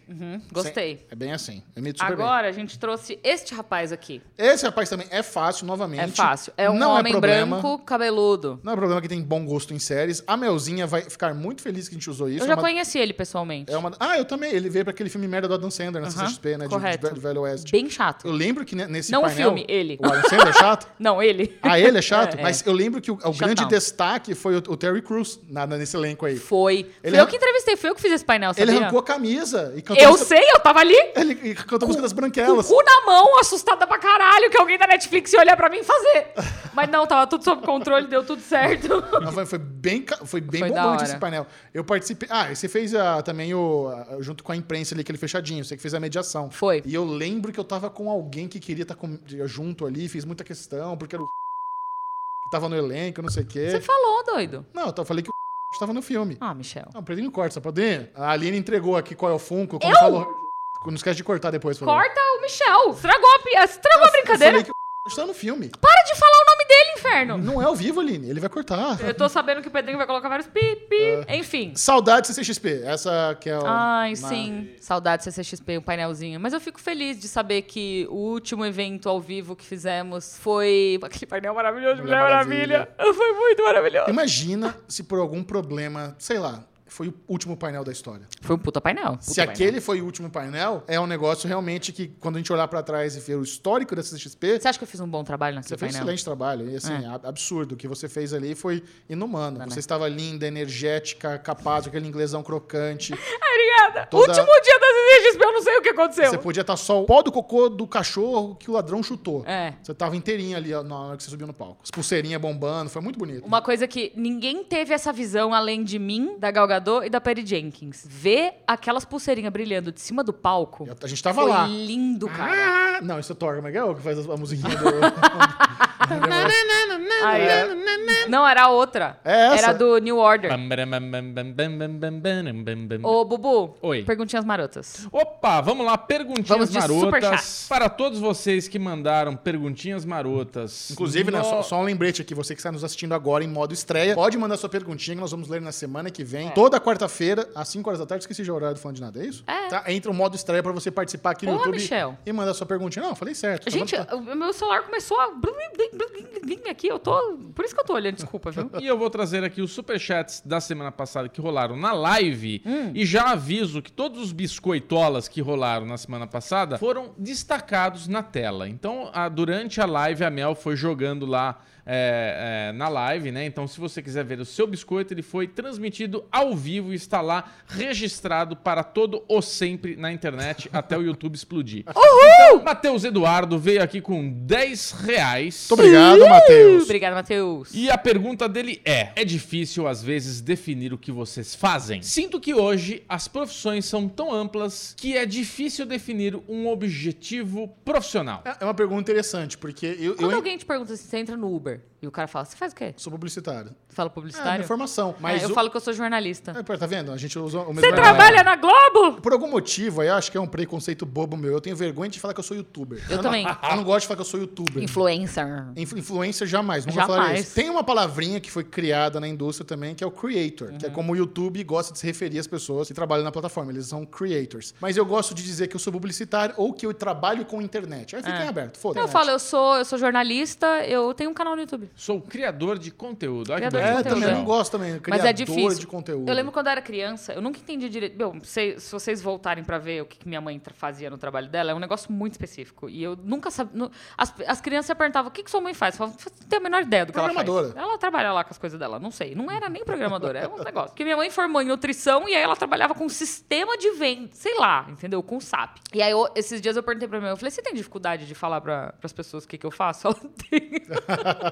Gostei.
É bem assim. Emite super
Agora a gente trouxe este rapaz aqui.
bem. Esse rapaz também é fácil, novamente.
É fácil. É um
Não
homem
problema.
branco, cabeludo.
Não é problema que tem bom gosto em séries. A Melzinha vai ficar muito feliz que a gente usou isso.
eu já
é uma...
conheci ele pessoalmente.
é uma- Ah, eu também. Ele veio pra aquele filme merda do Adam Sandler na
Aham,
CXP, né? de-
correto.
De, Velho Oeste.
Bem chato.
Eu lembro que ne- nesse
Não o
painel...
filme, ele.
O Adam Sandler é chato?
Não, ele.
Ah, ele é chato?
É, é.
Mas eu lembro que o, o grande
Chatão.
destaque foi o, o Terry Crews na- na- nesse elenco aí.
Foi.
Ele
foi eu
arran-
que entrevistei, foi eu que fiz esse painel, sabia?
Ele arrancou a camisa e cantou...
Eu
música-
sei, eu tava ali.
Ele e cantou a música das
Com o
branquelas.
cu na mão, assustada pra caralho, que alguém da Netflix ia olhar pra mim fazer. Mas não, tava tudo sob controle, deu tudo certo.
Não, foi, foi bem, ca- foi bem
Foi da
bombante
hora.
esse painel. Eu participei. Ah, e você fez ah, também o. ah, junto com a imprensa ali, aquele fechadinho. Você que fez a mediação.
Foi.
E eu lembro que eu tava com alguém que queria estar junto ali, fiz muita questão, porque era o. que tava no elenco, não sei o quê.
Você falou, doido.
Não, eu tô- falei que o. tava no filme.
Ah, Michel.
Não, perdendo corte, só poder. A Aline entregou aqui qual é o Funko. Quando falou. Não esquece de cortar depois, por favor.
Corta o Michel. Estragou a, pi- estragou a
Eu
brincadeira.
falei que o. tá no filme.
Para de falar o nome dele, inferno.
Não é ao vivo, Aline. Ele vai cortar.
Eu tô sabendo que o Pedrinho vai colocar vários pi, pi. Enfim.
Saudade CCXP. Essa que é o.
Ai,
na-
sim. Saudade do CCXP, um painelzinho. Mas eu fico feliz de saber que o último evento ao vivo que fizemos foi aquele painel maravilhoso de
Mulher
Mulher Maravilha. Foi muito maravilhoso.
Imagina se por algum problema, sei lá, foi o último painel da história.
Foi um puta painel. Puta
se
painel.
aquele foi o último painel, é um negócio realmente que, quando a gente olhar pra trás e ver o histórico da CXP,
Você acha que eu fiz um bom trabalho naquele
você fez um
painel? É.
excelente trabalho. E assim, ab- absurdo. O que você fez ali foi inumano. Você estava linda, energética, capaz, com aquele inglesão crocante.
Obrigada.
Toda-
Último dia da CCXP, eu não sei o que aconteceu.
Você podia estar só o pó do cocô do cachorro que o ladrão chutou.
É.
Você tava inteirinha ali ó, na hora que você subiu no palco. As pulseirinhas bombando, foi muito bonito.
Uma coisa que ninguém teve essa visão além de mim, da Gal Gadot e da Perry Jenkins. Ver aquelas pulseirinhas brilhando de cima do palco.
A gente tava
foi
lá.
lindo, cara.
Ah, não, isso é Thor Miguel que faz a musiquinha do.
Aí, ó. Não, era a outra.
né? É essa?
Era do New Order.
Bam-bam-bam-bam-bam-bam-bam-bam-bam.
Ô, Bubu.
Oi.
Perguntinhas marotas.
Opa, vamos lá, perguntinhas
Vamos de
marotas.
superchat.
Para todos vocês que mandaram perguntinhas marotas.
Inclusive, né,
no-
só, só um lembrete aqui, você que está nos assistindo agora em modo estreia, pode mandar sua perguntinha que nós vamos ler na semana que
É.
vem, toda quarta-feira, às 5 horas da tarde. Esqueci já o horário do Falando de Nada, é isso?
É.
Tá, entra o modo estreia para você participar aqui no
Boa,
YouTube
Michel.
e mandar sua perguntinha. Não, falei certo. tá
Gente,
bom?
o meu celular começou a. blim, blim, blim, blim aqui, eu tô. Por isso que eu tô olhando, desculpa, viu?
E eu vou trazer aqui os superchats da semana passada que rolaram na live.
Hum.
E já aviso que todos os biscoitolas que rolaram na semana passada foram destacados na tela. Então, a- durante a live, a Mel foi jogando lá é, é, na live, né? Então, se você quiser ver o seu biscoito, ele foi transmitido ao vivo e está lá registrado para todo o sempre na internet até o YouTube explodir. Então, Matheus Eduardo veio aqui com 10 reais.
Muito obrigado, Matheus.
Obrigada, Matheus.
E a pergunta dele é: É difícil às vezes definir o que vocês fazem? Sinto que hoje as profissões são tão amplas que é difícil definir um objetivo profissional.
É uma pergunta interessante, porque eu,
Quando
eu
alguém te pergunta se você entra no Uber e o cara fala, você faz o quê?
sou publicitário.
Você fala
É,
publicitário?
minha formação.
Ah,
Mas
eu
o-
falo que eu sou jornalista.
É, pô, tá vendo? A gente usa o mesmo
Você
argumento.
trabalha na Globo?
Por algum motivo, aí eu acho que é um preconceito bobo meu. Eu tenho vergonha de falar que eu sou youtuber.
Eu também.
Não, eu não gosto de falar que eu sou youtuber.
Influencer.
Influ- Influencer jamais, nunca
Jamais.
falarei isso. Tem uma palavrinha que foi criada na indústria também, que é o creator,
Uhum.
que é como o YouTube gosta de se referir às pessoas que trabalham na plataforma, eles são creators. Mas eu gosto de dizer que eu sou publicitário ou que eu trabalho com internet. Aí fica em aberto, foda-se.
É. Eu falo, eu sou, eu sou jornalista, eu tenho um canal no YouTube.
Sou criador de conteúdo. Olha que
Criador de
É,
bonito. né?
também
Entendeu?
não gosto também.
Mas
criador
é difícil.
de conteúdo.
Eu lembro quando eu era criança, eu nunca entendi direito. Meu, se, se vocês voltarem pra ver o que, que minha mãe tra- fazia no trabalho dela, é um negócio muito específico. E eu nunca sabia. As, as crianças perguntavam o que, que sua mãe faz. Eu falava, "Você não tem a menor ideia do que ela faz.
Programadora.
Ela trabalha lá com as coisas dela, não sei. Não era nem programadora, era um negócio. Porque minha mãe formou em nutrição e aí ela trabalhava com sistema de venda, sei lá, entendeu? Com SAP. E aí, eu- esses dias eu perguntei pra minha mãe, eu falei, você tem dificuldade de falar pra, pras pessoas o que, que eu faço? Ela tem.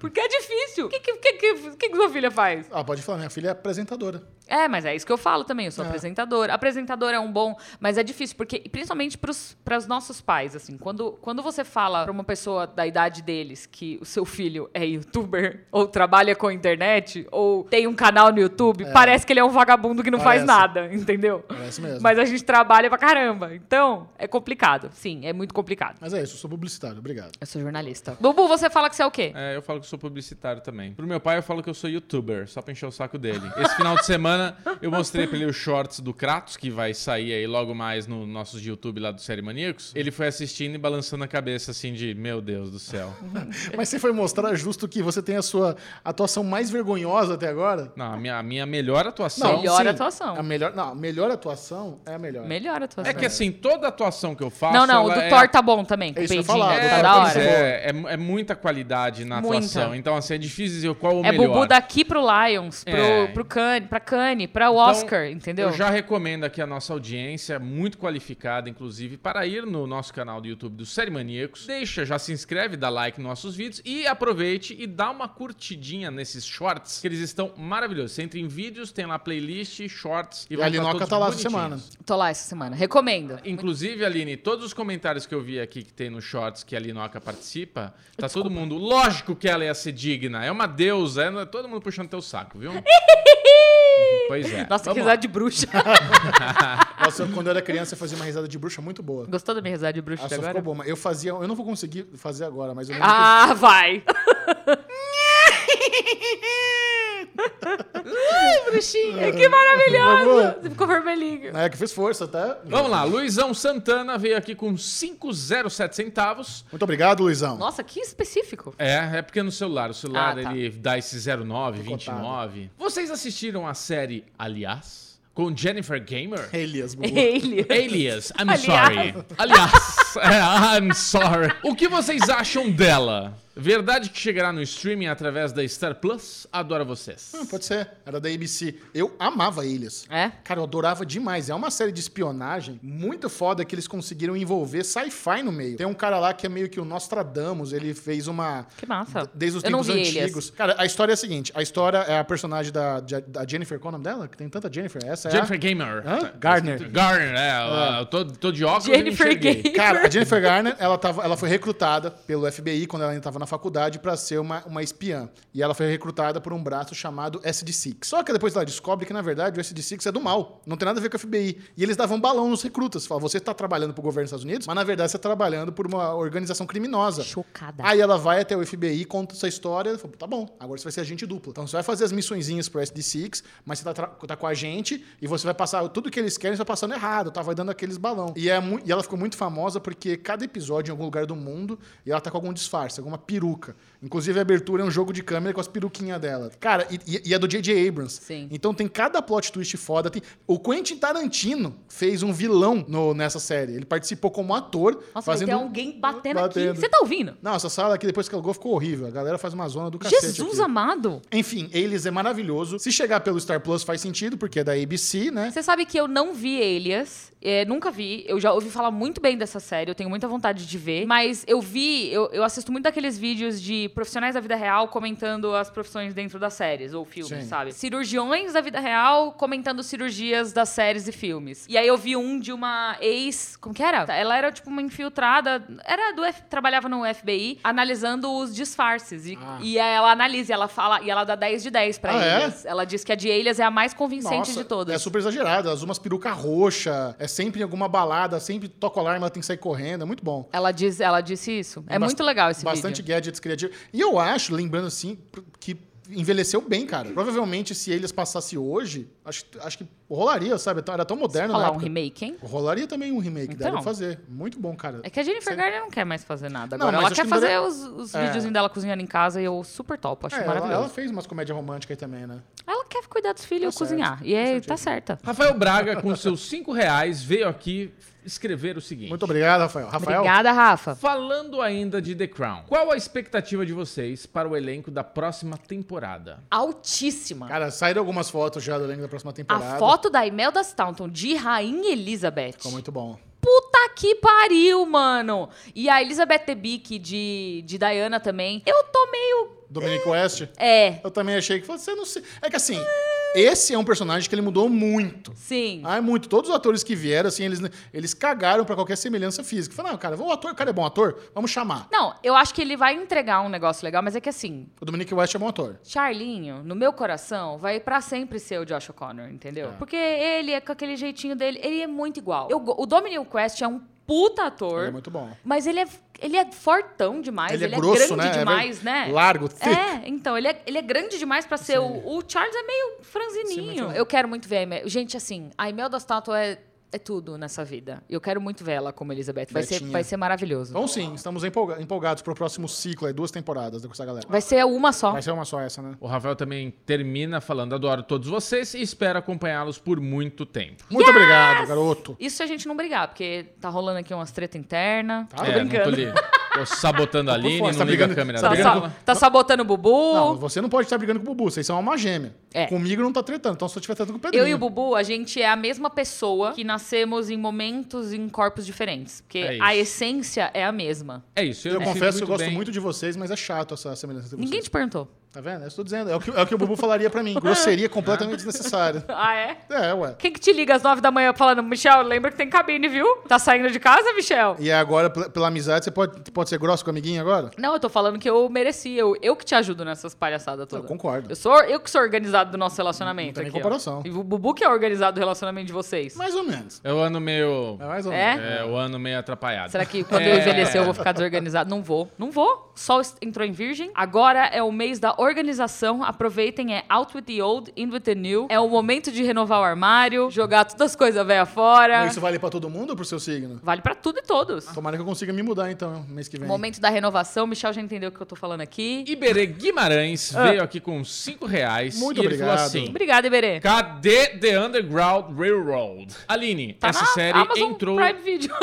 Porque é difícil. O que, que, que, que, que que sua filha faz?
Ah, pode falar, minha filha é apresentadora.
É, mas é isso que eu falo também. Eu sou
É.
apresentadora. Apresentadora é um bom, mas é difícil, porque principalmente para os nossos pais, assim, quando, quando você fala para uma pessoa da idade deles que o seu filho é youtuber, ou trabalha com a internet, ou tem um canal no YouTube, parece que ele é um vagabundo que não faz
Parece.
nada, entendeu?
Parece mesmo.
Mas a gente trabalha pra caramba. Então, é complicado. Sim, é muito complicado.
Mas é isso, eu sou publicitário, obrigado.
Eu sou jornalista. Bubu, você fala que você é o quê?
É, eu falo que sou publicitário também. Pro meu pai, eu falo que eu sou youtuber, só pra encher o saco dele. Esse final de semana, eu mostrei pra ele os shorts do Kratos, que vai sair aí logo mais no nosso YouTube lá do Série Maníacos. Ele foi assistindo e balançando a cabeça assim de, meu Deus do céu.
Mas você foi mostrar justo que você tem a sua atuação mais vergonhosa até agora?
Não, a minha, a minha melhor atuação...
Melhor atuação.
A melhor, não, a melhor atuação é a melhor.
Melhor a tua
É que assim, toda atuação que eu faço...
Não, não, o
ela
do
é-
Thor tá bom também. Com
É
o
isso que eu ia falar, do
peidinho, tá
É,
Thor
da
tá
hora.
pois é, é, mu- é muita qualidade na
Muita.
atuação. Então, assim, é difícil dizer qual o
É
melhor.
bubu daqui pro Lions, pro,
É.
pro Cane, pra Cane, pra o
Então,
Oscar, entendeu?
Eu já recomendo aqui a nossa audiência, muito qualificada, inclusive, para ir no nosso canal do YouTube do Série Maníacos. Deixa, já se inscreve, dá like nos nossos vídeos e aproveite e dá uma curtidinha nesses shorts, que eles estão maravilhosos. Você entra em vídeos, tem lá playlist, shorts e
E
vai
a Linoca
todos
tá lá essa
bonitinhos.
semana.
Tô lá essa semana. Recomendo.
Inclusive, Aline, todos os comentários que eu vi aqui que tem no Shorts que a Linoca participa, tá todo mundo. Lógico que ela ia ser digna, é uma deusa, é todo mundo puxando teu saco, viu? pois é.
Nossa, que
Vamos lá.
risada de bruxa.
Nossa, eu, quando eu era criança, eu fazia uma risada de bruxa muito boa.
Gostou da minha risada de bruxa
Ah,
de
só
agora?
ficou bom. mas Eu fazia. Eu não vou conseguir fazer agora, mas eu lembro
Ah, vai! Ai, bruxinha, que maravilhosa!
Vamos.
Você ficou vermelhinho.
que. É, que fez força, tá?
Vamos lá, Luizão Santana veio aqui com 507 centavos.
Muito obrigado, Luizão.
Nossa, que específico.
É, é porque no celular, o celular
Ah, tá.
ele dá esse 09, 29. Vocês assistiram a série Aliás? Com Jennifer Gamer?
Elias, Bubu.
É Ele.
é Alias, I'm
Aliás.
sorry. Aliás, é, I'm sorry. O que vocês acham dela? Verdade que chegará no streaming através da Star Plus? Adoro vocês.
Hum, Pode ser. Era da ABC. Eu amava Elias.
É?
Cara, eu adorava demais. É uma série de espionagem muito foda que eles conseguiram envolver sci-fi no meio. Tem um cara lá que é meio que o Nostradamus, ele fez uma.
Que massa.
Desde os
Eu não
tempos
vi Elias.
antigos. Cara, a história é a seguinte: a história é a personagem da, da Jennifer, qual é o nome dela? Que tem tanta Jennifer. Essa é. a-
Jennifer Gamer.
Hã? Garner. Ah.
Garner, é. Eu tô, tô de óculos e não
Jennifer
enxerguei.
Gay.
Cara, a Jennifer Garner, ela, tava, ela foi recrutada pelo FBI quando ela ainda estava na faculdade para ser uma, uma espiã. E ela foi recrutada por um braço chamado SD6. Só que depois ela descobre que, na verdade, o SD6 é do mal. Não tem nada a ver com o FBI. E eles davam um balão nos recrutas. Falavam, você tá trabalhando pro governo dos Estados Unidos, mas, na verdade, você tá trabalhando por uma organização criminosa.
Chocada.
Aí ela vai até o FBI, conta essa história, fala, tá bom, agora você vai ser agente dupla. Então você vai fazer as missõezinhas pro SD6, mas você tá, tra- tá com a gente e você vai passar tudo que eles querem, você vai passando errado, tá? Vai dando aqueles balão. E, é mu- e ela ficou muito famosa porque cada episódio em algum lugar do mundo, e ela tá com algum disfarce, alguma peruca peruca. Inclusive, a abertura é um jogo de câmera com as peruquinhas dela. Cara, e, e- e é do J.J. Abrams.
Sim.
Então tem cada plot twist foda. Tem- O Quentin Tarantino fez um vilão no- nessa série. Ele participou como ator.
Nossa, um
fazendo... um
vai ter alguém batendo,
batendo.
aqui. Você tá ouvindo?
Não, essa sala aqui, depois que alugou, ficou horrível. A galera faz uma zona do cacete
Jesus
aqui.
amado!
Enfim, Alias é maravilhoso. Se chegar pelo Star Plus faz sentido, porque é da ABC, né?
Você sabe que eu não vi Elias, é, nunca vi. Eu já ouvi falar muito bem dessa série, eu tenho muita vontade de ver. Mas eu vi, eu, eu assisto muito daqueles vídeos de profissionais da vida real comentando as profissões dentro das séries ou filmes,
Sim.
sabe? Cirurgiões da vida real comentando cirurgias das séries e filmes. E aí eu vi um de uma ex. Como que era? Ela era tipo uma infiltrada, era do F, trabalhava no FBI, analisando os disfarces. E,
Ah.
e aí ela analisa, e ela fala, e ela dá 10 de 10 pra
Ah, é?
Elias. Ela diz que a de Elias é a mais convincente
Nossa,
de todas.
É super exagerado. As umas peruca roxa, é sempre em alguma balada, sempre toca o alarme, ela tem que sair correndo. É muito bom.
Ela, diz, ela disse isso. É
Bast-
muito legal esse
Bastante
vídeo.
gadgets criativos. E eu acho, lembrando assim, pr- que envelheceu bem, cara. Provavelmente se eles passasse hoje, acho, acho que rolaria, sabe? Era tão moderno na
Falar um
época.
remake, hein?
Rolaria também um remake,
Então.
daria pra fazer. Muito bom, cara.
É que a Jennifer
Sim.
Garner não quer mais fazer nada
Não, mas
agora. ela
acho
quer
que
fazer
ainda-
os, os
É.
videozinhos dela cozinhando em casa e eu super topo. Acho
É, ela,
maravilhoso.
ela
Ela,
fez umas comédias românticas aí também, né?
quer cuidar dos filhos
Tá
e
certo,
cozinhar. E aí, tá certa.
Rafael Braga, com seus cinco reais, veio aqui escrever o seguinte.
Muito obrigado, Rafael. Rafael,
Obrigada, Rafa.
Falando ainda de The Crown, qual a expectativa de vocês para o elenco da próxima temporada?
Altíssima.
cara, saíram algumas fotos já do elenco da próxima temporada.
A foto da Imelda Staunton de Rainha Elizabeth.
Ficou muito bom.
Puta que pariu, mano. E a Elizabeth Debicki de, de Diana também. Eu tô meio...
Dominic West,
É,
eu também achei que você não se... É que assim, esse é um personagem que ele mudou muito.
sim.
Ah, é muito. Todos os atores que vieram, assim, eles, eles cagaram pra qualquer semelhança física. Falaram, ah, cara, o ator, o cara é bom ator, vamos chamar.
Não, eu acho que ele vai entregar um negócio legal, mas é que assim,
O Dominic West é bom ator.
Charlinho, no meu coração, vai pra sempre ser o Josh O'Connor, entendeu? Porque ele é com aquele jeitinho dele, ele é muito igual. Eu go- o Dominic West é um puta ator,
Ele é muito bom.
mas ele é, ele é fortão demais, ele, é, grande
É
demais,
meio
né?
Largo, thick.
É, então, ele é, ele é grande demais pra ser o, o Charles é meio
Sim,
franzininho.
muito.
eu quero muito ver a Imelda. Gente, assim, a Imelda Stato é, é tudo nessa vida. Eu quero muito ver ela como Elizabeth. Vai, ser,
Betinha.
vai ser maravilhoso.
Então sim, estamos empolga empolgados pro próximo ciclo, aí, duas temporadas com essa galera.
Vai ser uma só.
Vai ser uma só essa, né?
O Rafael também termina falando: adoro todos vocês e espero acompanhá-los por muito tempo.
Muito obrigado, garoto.
Isso se a gente não brigar, porque tá rolando aqui umas treta interna.
Tá?
Tô brincando.
É, Não tô, li... tô sabotando a
Tô por
Aline,
fora,
não
tá
liga a
brigando-
câmera
Tá,
tá
dela.
sa- tá sabotando o Bubu.
Não, você não pode estar brigando com o Bubu, vocês são alma gêmea.
É.
Comigo não tá tretando, então se eu estiver tretando com o Pedrinho.
Eu e o Bubu, a gente é a mesma pessoa que nascemos em momentos e em corpos diferentes. Porque
É isso.
a essência é a mesma.
É isso, eu,
Eu
me sinto
confesso que eu gosto
bem.
muito de vocês, mas é chato essa semelhança entre vocês.
Ninguém te perguntou.
Tá vendo? É isso que eu tô dizendo. É o que, é o, que o Bubu falaria pra mim. Grosseria completamente desnecessária.
Ah, é?
É, ué.
Quem que te liga às nove da manhã falando, Michel, lembra que tem cabine, viu? Tá saindo de casa, Michel?
E agora, pela, pela amizade, você pode, pode ser grosso com o amiguinho agora?
Não, eu tô falando que eu mereci. Eu, eu que te ajudo nessas palhaçadas todas.
Eu concordo.
Eu, sou, eu que sou organizado do nosso relacionamento.
Não tem nem
aqui, ó.
comparação.
E o Bubu que é organizado do relacionamento de vocês.
Mais ou menos.
É o ano meio.
É mais ou
É?
menos.
É o ano meio atrapalhado.
Será que quando
É.
eu envelhecer eu vou ficar desorganizado? Não vou. Não vou. Sol est- entrou em virgem. Agora é o mês da organização. Aproveitem, é out with the old, in with the new. É o momento de renovar o armário, jogar todas as coisas velhas fora.
Mas Isso Ah, vale pra todo mundo ou pro seu signo?
Vale pra tudo e todos.
Tomara que eu consiga me mudar, então, mês que vem.
Momento da renovação. Michel já entendeu o que Ah. eu tô falando aqui.
Iberê Guimarães veio aqui com cinco reais
Muito
e ele
obrigado.
falou assim.
Obrigada, Iberê.
Cadê The Underground Railroad? Aline,
Tá
essa
na
série
Amazon
entrou.
Prime Video.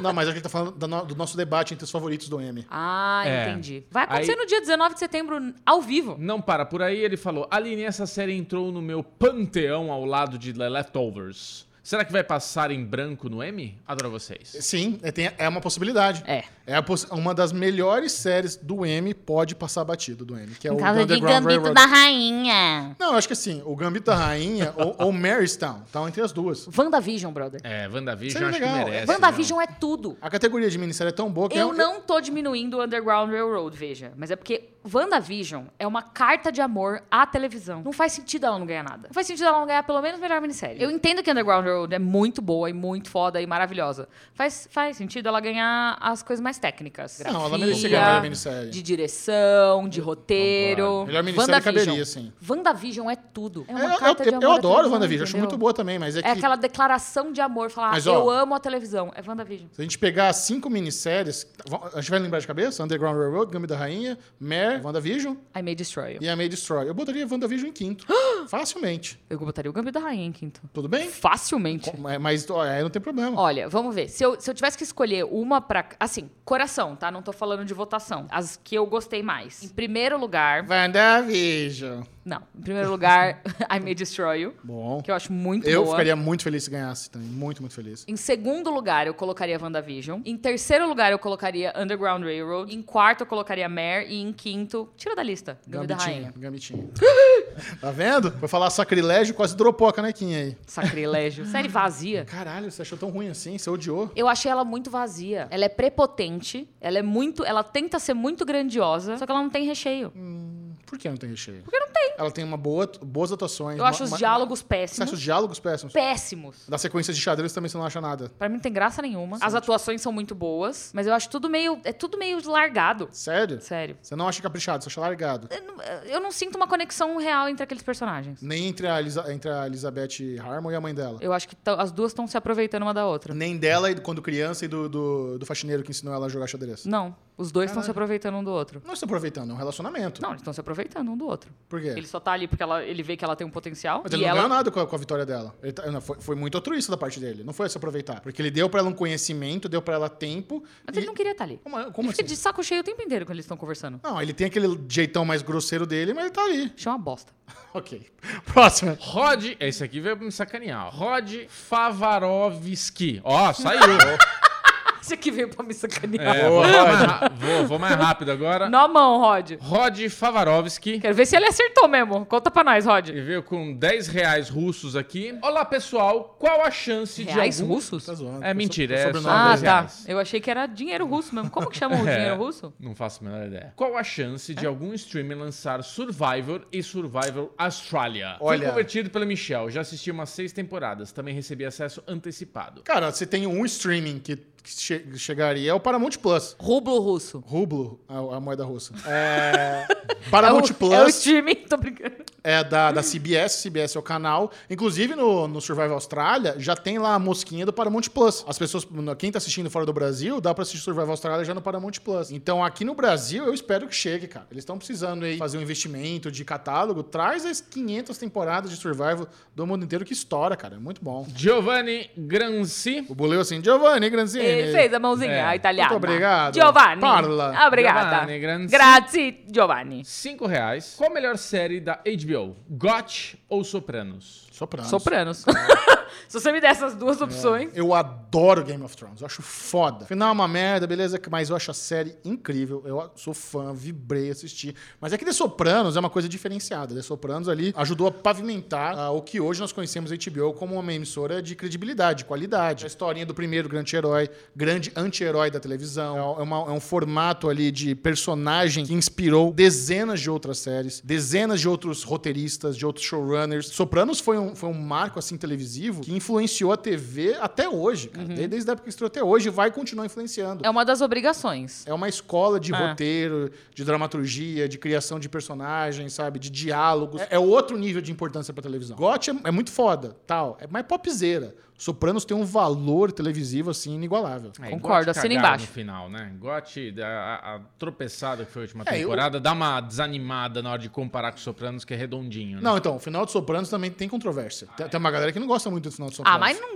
Não, mas a gente tá falando da no- do nosso debate entre os favoritos do M.
ah,
É.
entendi. Vai acontecer
Aí-
no dia 19 de setembro, ao vivo.
Não para por aí, ele falou: Aline, essa série entrou no meu panteão ao lado de The Leftovers. Será que vai passar em branco no M? Adoro vocês.
Sim, é, tem- é uma possibilidade.
É.
É a possi- uma das melhores séries do M, pode passar batido do M, que é
Em
o
casa de
Underground
Gambito
Railroad.
da Rainha.
Não, eu acho que assim, o Gambito da Rainha ou, ou Marystown, estão entre as duas.
WandaVision, brother.
É, WandaVision
Seria
acho
legal.
que merece.
WandaVision é tudo.
A categoria de minissérie é tão boa que é
Eu
um-
não tô diminuindo o Underground Railroad, veja. Mas é porque WandaVision é uma carta de amor à televisão. Não faz sentido ela não ganhar nada. Não faz sentido ela não ganhar pelo menos melhor minissérie. Eu entendo que Underground Road é muito boa e muito foda e maravilhosa. Faz, faz sentido ela ganhar as coisas mais técnicas.
Não, ela
Grafia,
merecia ganhar a melhor minissérie.
De direção, de roteiro.
Concordo. Melhor minissérie
WandaVision.
caberia, sim.
WandaVision é tudo. É
Eu,
uma
eu-
carta
eu-
de amor
eu
à
adoro
televisão,
WandaVision, acho
entendeu?
muito boa também, mas é,
É
que
aquela declaração de amor, falar,
Mas, ó,
eu amo a televisão. É WandaVision.
se a gente pegar as cinco minisséries, a gente vai lembrar de cabeça? Underground Railroad, Gambit da Rainha, Mare, WandaVision
I May Destroy You.
e A May Destroy. Eu botaria WandaVision em quinto, facilmente.
Eu botaria o Gambito da Rainha em quinto.
Tudo bem?
Facilmente.
Com- é, Mas ó, aí não tem problema.
Olha, vamos ver. Se eu, se eu tivesse que escolher uma pra. Assim, coração, tá? Não tô falando de votação. As que eu gostei mais. Em primeiro lugar.
WandaVision.
Não. Em primeiro lugar, I May Destroy You,
Bom,
que eu acho muito
eu
boa.
ficaria muito feliz se ganhasse também. Muito, muito feliz.
Em segundo lugar, eu colocaria WandaVision. Em terceiro lugar, eu colocaria Underground Railroad. Em quarto, eu colocaria Mare. E em quinto, tira da lista, Gambito da
Gambitinho,
Rainha.
gambitinho. tá vendo? Foi falar sacrilégio, quase dropou a canequinha aí.
Sacrilégio. Série vazia.
Caralho, você achou tão ruim assim? Você odiou?
Eu achei ela muito vazia. Ela é prepotente, ela é muito. Ela tenta ser muito grandiosa, só que ela não tem recheio.
Hum. Por que não tem recheio? Porque não tem. Ela tem uma boa, boas atuações.
Eu acho os diálogos
Você acha os
péssimos.
diálogos péssimos?
Péssimos.
Da sequência de xadrez também você não acha nada.
Pra mim não tem graça nenhuma. As atuações são muito boas, mas eu acho tudo meio. É tudo meio largado.
Sério?
Sério.
Você não acha caprichado, você acha largado.
Eu não- Eu não sinto uma conexão real entre aqueles personagens.
Nem entre a, Elisa- entre a Elizabeth Harmon e a mãe dela.
Eu acho que tão- as duas estão se aproveitando uma da outra.
Nem dela e- quando criança e do, do, do faxineiro que ensinou ela a jogar xadrez.
Não. Os dois estão se aproveitando um do outro.
Não estão aproveitando, é um relacionamento.
Não, eles estão se aproveitando um do outro.
Por quê?
Ele só tá ali porque ela- ele vê que ela tem um potencial.
É. Mas
e
ele não
ela
ganhou nada com a, com a vitória dela. Ele tá- não, foi, foi muito altruísta da parte dele. Não foi se aproveitar. Porque ele deu pra ela um conhecimento, deu pra ela tempo.
Mas
e-
ele não queria estar ali.
Como, como
Ele fica
assim?
de saco cheio o tempo inteiro quando eles estão conversando.
Não, ele tem aquele jeitão mais grosseiro dele, mas ele tá ali.
Isso é uma bosta.
Ok. Próxima.
Rod. Esse aqui veio me sacanear. ó. Rod Favarovski. Ó, saiu.
Isso aqui veio pra me sacanear.
É, vou, mais ra- vou- vou mais rápido agora.
É. Na mão, Rod.
Rod Favarovski.
Quero ver se ele acertou mesmo. Conta pra nós, Rod.
Ele veio com 10 reais russos aqui. Olá, pessoal. Qual a chance
Reais
de algum...
russos?
Tá zoando.
É mentira, é
Sobrenome
só
dele.
Ah,
dois
tá.
reais.
Eu achei que era dinheiro russo mesmo. Como que chamam o dinheiro russo?
Não faço a menor ideia. É? Qual a chance de algum streamer lançar Survivor e Survivor Australia?
Olha.
Fui convertido pela Michelle. Já assisti umas seis temporadas. Também recebi acesso antecipado.
Cara, você tem um streaming que, que che- chegaria, é o Paramount Plus.
Rublo russo.
Rublo, a, a moeda russa. É,
É o,
Paramount
é o
Plus
streaming, tô brincando.
é, da, da CBS, CBS é o canal. Inclusive, no, no Survival Austrália, já tem lá a mosquinha do Paramount Plus. As pessoas, quem tá assistindo fora do Brasil, dá pra assistir Survival Austrália já no Paramount Plus. Então, aqui no Brasil, eu espero que chegue, cara. Eles estão precisando aí fazer um investimento de catálogo. Traz as 500 temporadas de Survival do mundo inteiro que estoura, cara. É muito bom.
Giovanni Granci.
O Buleu assim, Giovanni Granzini.
Ele fez a mãozinha
É.
a italiana.
Muito obrigado.
Giovanni. Ah,
Parla.
Obrigada.
Giovanni, grazie.
Grazie, Giovanni.
5 reais. Qual a melhor série da HBO? Got ou Sopranos?
Sopranos.
Sopranos. Se você me der essas duas opções.
Eu adoro Game of Thrones, eu acho foda. Final é uma merda, beleza, mas eu acho a série incrível. Eu sou fã, vibrei, assisti. Mas é que The Sopranos é uma coisa diferenciada. The Sopranos ali ajudou a pavimentar ah, o que hoje nós conhecemos a HBO como uma emissora de credibilidade, de qualidade. A historinha do primeiro grande herói, grande anti-herói da televisão. É, uma- é um formato ali de personagem que inspirou dezenas de outras séries, dezenas de outros roteiristas, de outros showrunners. Sopranos foi um, foi um marco assim televisivo que influenciou a TV até hoje, cara. Desde, desde a época que estreou até hoje, vai continuar influenciando.
É uma das obrigações.
É uma escola de
Ah.
roteiro, de dramaturgia, de criação de personagens, sabe? De diálogos. É, é outro nível de importância pra televisão. Got é, é muito foda, tal. É mais popzera. Sopranos tem um valor televisivo, assim, inigualável.
É,
Concordo,
Got
assina
cagaram
embaixo.
No final, né? Got, a, a- a tropeçada que foi a última
É, eu-
temporada, dá uma desanimada na hora de comparar com Sopranos, que é redondinho, né?
Não, então, o final de Sopranos também tem controvérsia. Tem, tem uma galera que não gosta muito do final de Sopranos.
Ah, mas não,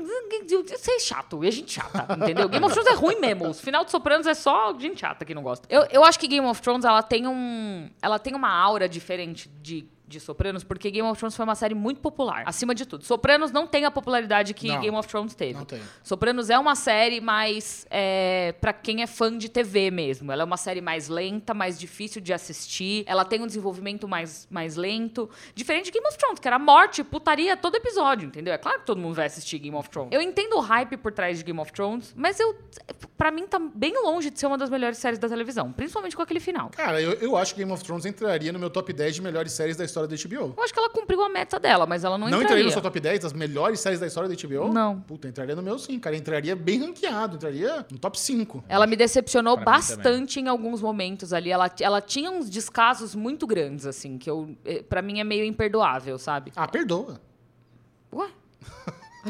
isso é chato. E a gente chata, entendeu? Game of Thrones é ruim mesmo. O final de Sopranos é só gente chata que não gosta. Eu, eu acho que Game of Thrones, ela tem um... Ela tem uma aura diferente de de Sopranos, porque Game of Thrones foi uma série muito popular. Acima de tudo. Sopranos não tem a popularidade que
Não.
Game of Thrones teve.
Não tem.
Sopranos é uma série mais é, para quem é fã de TV mesmo. Ela é uma série mais lenta, mais difícil de assistir. Ela tem um desenvolvimento mais, mais lento. Diferente de Game of Thrones, que era morte, putaria todo episódio, entendeu? É claro que todo mundo vai assistir Game of Thrones. Eu entendo o hype por trás de Game of Thrones, mas eu para mim tá bem longe de ser uma das melhores séries da televisão, principalmente com aquele final.
Cara, eu, eu acho que Game of Thrones entraria no meu top 10 de melhores séries da história da HBO.
Eu acho que ela cumpriu a meta dela, mas ela não,
Não, entraria no seu top 10 das melhores séries da história da HBO?
Não.
Puta, entraria no meu sim, cara. Entraria bem ranqueado, entraria no top 5.
Ela me decepcionou
Pra mim
bastante em alguns momentos ali. Ela, ela tinha uns descasos muito grandes, assim, que eu, eh, pra mim é meio imperdoável, sabe?
Ah, perdoa.
Ué?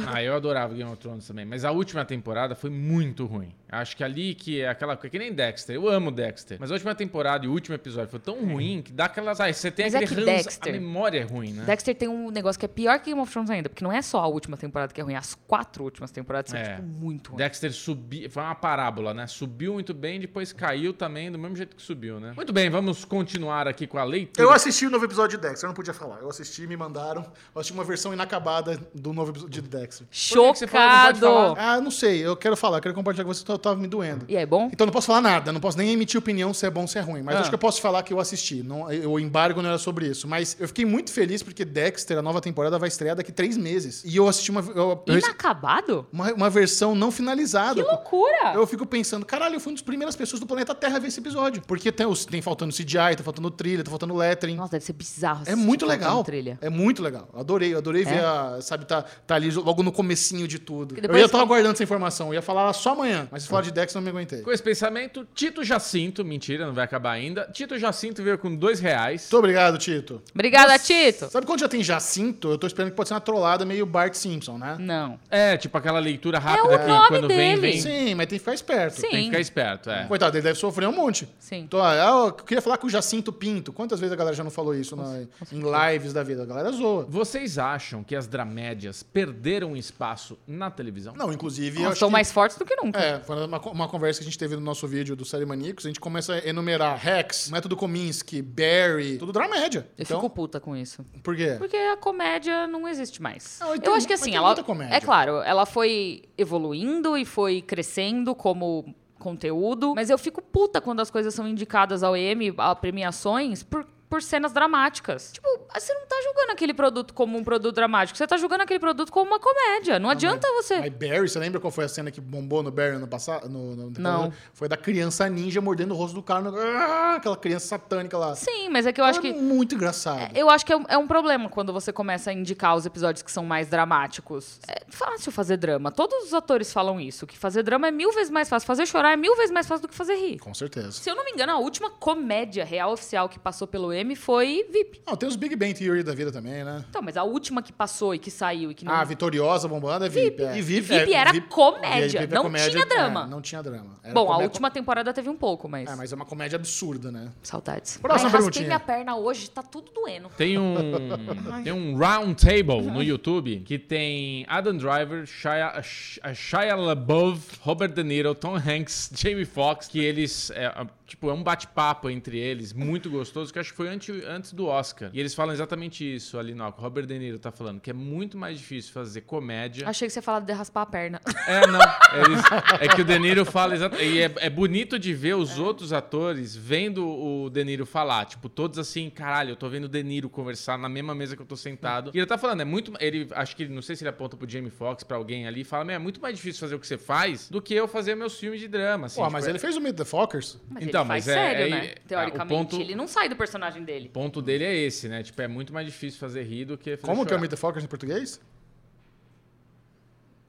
Ah, eu adorava Game of Thrones também, mas a última temporada foi muito ruim. Acho que ali que é aquela coisa, que nem Dexter, eu amo Dexter, mas a última temporada e o último episódio foi tão ruim que dá aquelas, ah, você
É.
tem
Mas é
aquele
que
ranço-
Dexter-
a memória é ruim, né?
Dexter tem um negócio que é pior que Game of Thrones ainda, porque não é só a última temporada que é ruim, as quatro últimas temporadas são,
É.
tipo, muito ruins.
Dexter subiu, foi uma parábola, né? Subiu muito bem, depois caiu também, do mesmo jeito que subiu, né? Muito bem, vamos continuar aqui com a leitura.
Eu assisti o novo episódio de Dexter, eu não podia falar. Eu assisti, me mandaram. Eu assisti uma versão inacabada do novo episódio de Dexter.
Por que que você fala? Não pode
Chocado!
falar.
Ah, não sei, eu quero falar, eu quero compartilhar com você, eu tava me doendo.
E é bom?
Então não posso falar nada, não posso nem emitir opinião se é bom ou se é ruim. Mas
Ah.
acho que eu posso falar que eu assisti. Não, eu- o embargo não era sobre isso. Mas eu fiquei muito feliz porque Dexter, a nova temporada, vai estrear daqui três meses. E eu assisti uma, eu- eu-
Inacabado?
uma, uma versão não finalizada.
Que loucura!
Eu fico pensando, caralho, eu fui uma das primeiras pessoas do planeta Terra a ver esse episódio. Porque tem, os- tem faltando CGI, tá faltando trilha, tá faltando lettering.
Nossa, deve ser bizarro
É
assistir
muito
faltando
legal.
Trilha.
É muito legal. Adorei, eu adorei
É?
ver a. Sabe, tá, tá ali logo no comecinho de tudo.
Que
Eu
depois- Tá.
ia estar aguardando essa informação, eu ia falar só amanhã. Mas se falar de Dex, eu não me aguentei.
Com esse pensamento, Tito Jacinto, mentira, não vai acabar ainda. Tito Jacinto veio com dois reais.
Muito obrigado, Tito.
Obrigada, Tito!
Sabe quando já tem Jacinto? Eu tô esperando que pode ser uma trollada meio Bart Simpson, né?
Não.
É, tipo aquela leitura rápida
o
que
nome
quando
dele.
vem, vem.
Sim, mas tem que ficar esperto.
Sim.
Tem que ficar esperto, é.
Coitado, ele deve sofrer um monte.
Sim.
Então, ah, eu queria falar com o Jacinto Pinto. Quantas vezes a galera já não falou isso na- em lives da vida? A galera zoa.
Vocês acham que as dramédias perderam um espaço na televisão?
Não, inclusive. eu
Elas
acho
estão
que-
mais fortes do que nunca.
É, foi uma, co- uma conversa que a gente teve no nosso vídeo do Série Maníacos. A gente começa a enumerar Rex, Método Kominsky, Barry, tudo dramédia.
Eu
Então,
fico puta com isso.
por quê?
Porque a comédia não existe mais.
Não, e tem-
eu acho que
mas
assim,
tem
ela.
muita comédia.
É claro, ela foi evoluindo e foi crescendo como conteúdo, mas eu fico puta quando as coisas são indicadas ao M, a premiações, por. Por cenas dramáticas. Tipo, você não tá julgando aquele produto como um produto dramático. Você tá julgando aquele produto como uma comédia. Não adianta você.
Mas Barry, você lembra qual foi a cena que bombou no Barry ano passado? No, no- no-
Não.
Foi da criança ninja mordendo o rosto do cara. no- Ah, aquela criança satânica lá.
Sim, mas é que eu acho
Era
que.
muito engraçado.
Eu acho que é um, é um problema quando você começa a indicar os episódios que são mais dramáticos. É fácil fazer drama. Todos os atores falam isso, que fazer drama é mil vezes mais fácil. Fazer chorar é mil vezes mais fácil do que fazer rir.
Com certeza.
Se eu não me engano, a última comédia real oficial que passou pelo M foi VIP.
Não, tem os Big Bang Theory da vida também, né?
Então, mas a última que passou e que saiu e que não...
Ah, Vitoriosa bombando é VIP. é. E
VIP era comédia,
VIP é
não tinha drama.
é, não tinha drama. Era
Bom, a
comé-
última temporada teve um pouco, mas...
É, mas é uma comédia absurda, né?
Saudades.
Próxima
Ai, raspei
perguntinha.
minha perna hoje, tá tudo doendo.
Tem um, tem um round table no YouTube que tem Adam Driver, Shia, Sh- Shia LaBeouf, Robert De Niro, Tom Hanks, Jamie Foxx, que eles, é, tipo, é um bate-papo entre eles, muito gostoso, que acho que foi antes, antes do Oscar. E eles falam exatamente isso ali, no que o Robert De Niro tá falando, que é muito mais difícil fazer comédia.
Achei que você falava de raspar a perna.
É, não. Eles- é que o De Niro fala exatamente. E é, é bonito de ver os outros atores vendo o De Niro falar. Tipo, todos assim, caralho, eu tô vendo o De Niro conversar na mesma mesa que eu tô sentado. E ele tá falando, é muito. Ele, acho que, ele- não sei se ele aponta pro Jamie Foxx, pra alguém ali, e fala, "Meu, é muito mais difícil fazer o que você faz do que eu fazer meus filmes de drama. Assim,
Pô,
Tipo,
mas
é-
ele fez o Meet the Fockers.
Mas
Então,
ele faz
mas é-
sério,
é-
né?
é-
Teoricamente,
o ponto-
ele não sai do personagem dele.
O ponto dele é esse, né? Tipo, é muito mais difícil fazer rir do que fazer
Como que é o
chorar.
Meet the Fockers em português?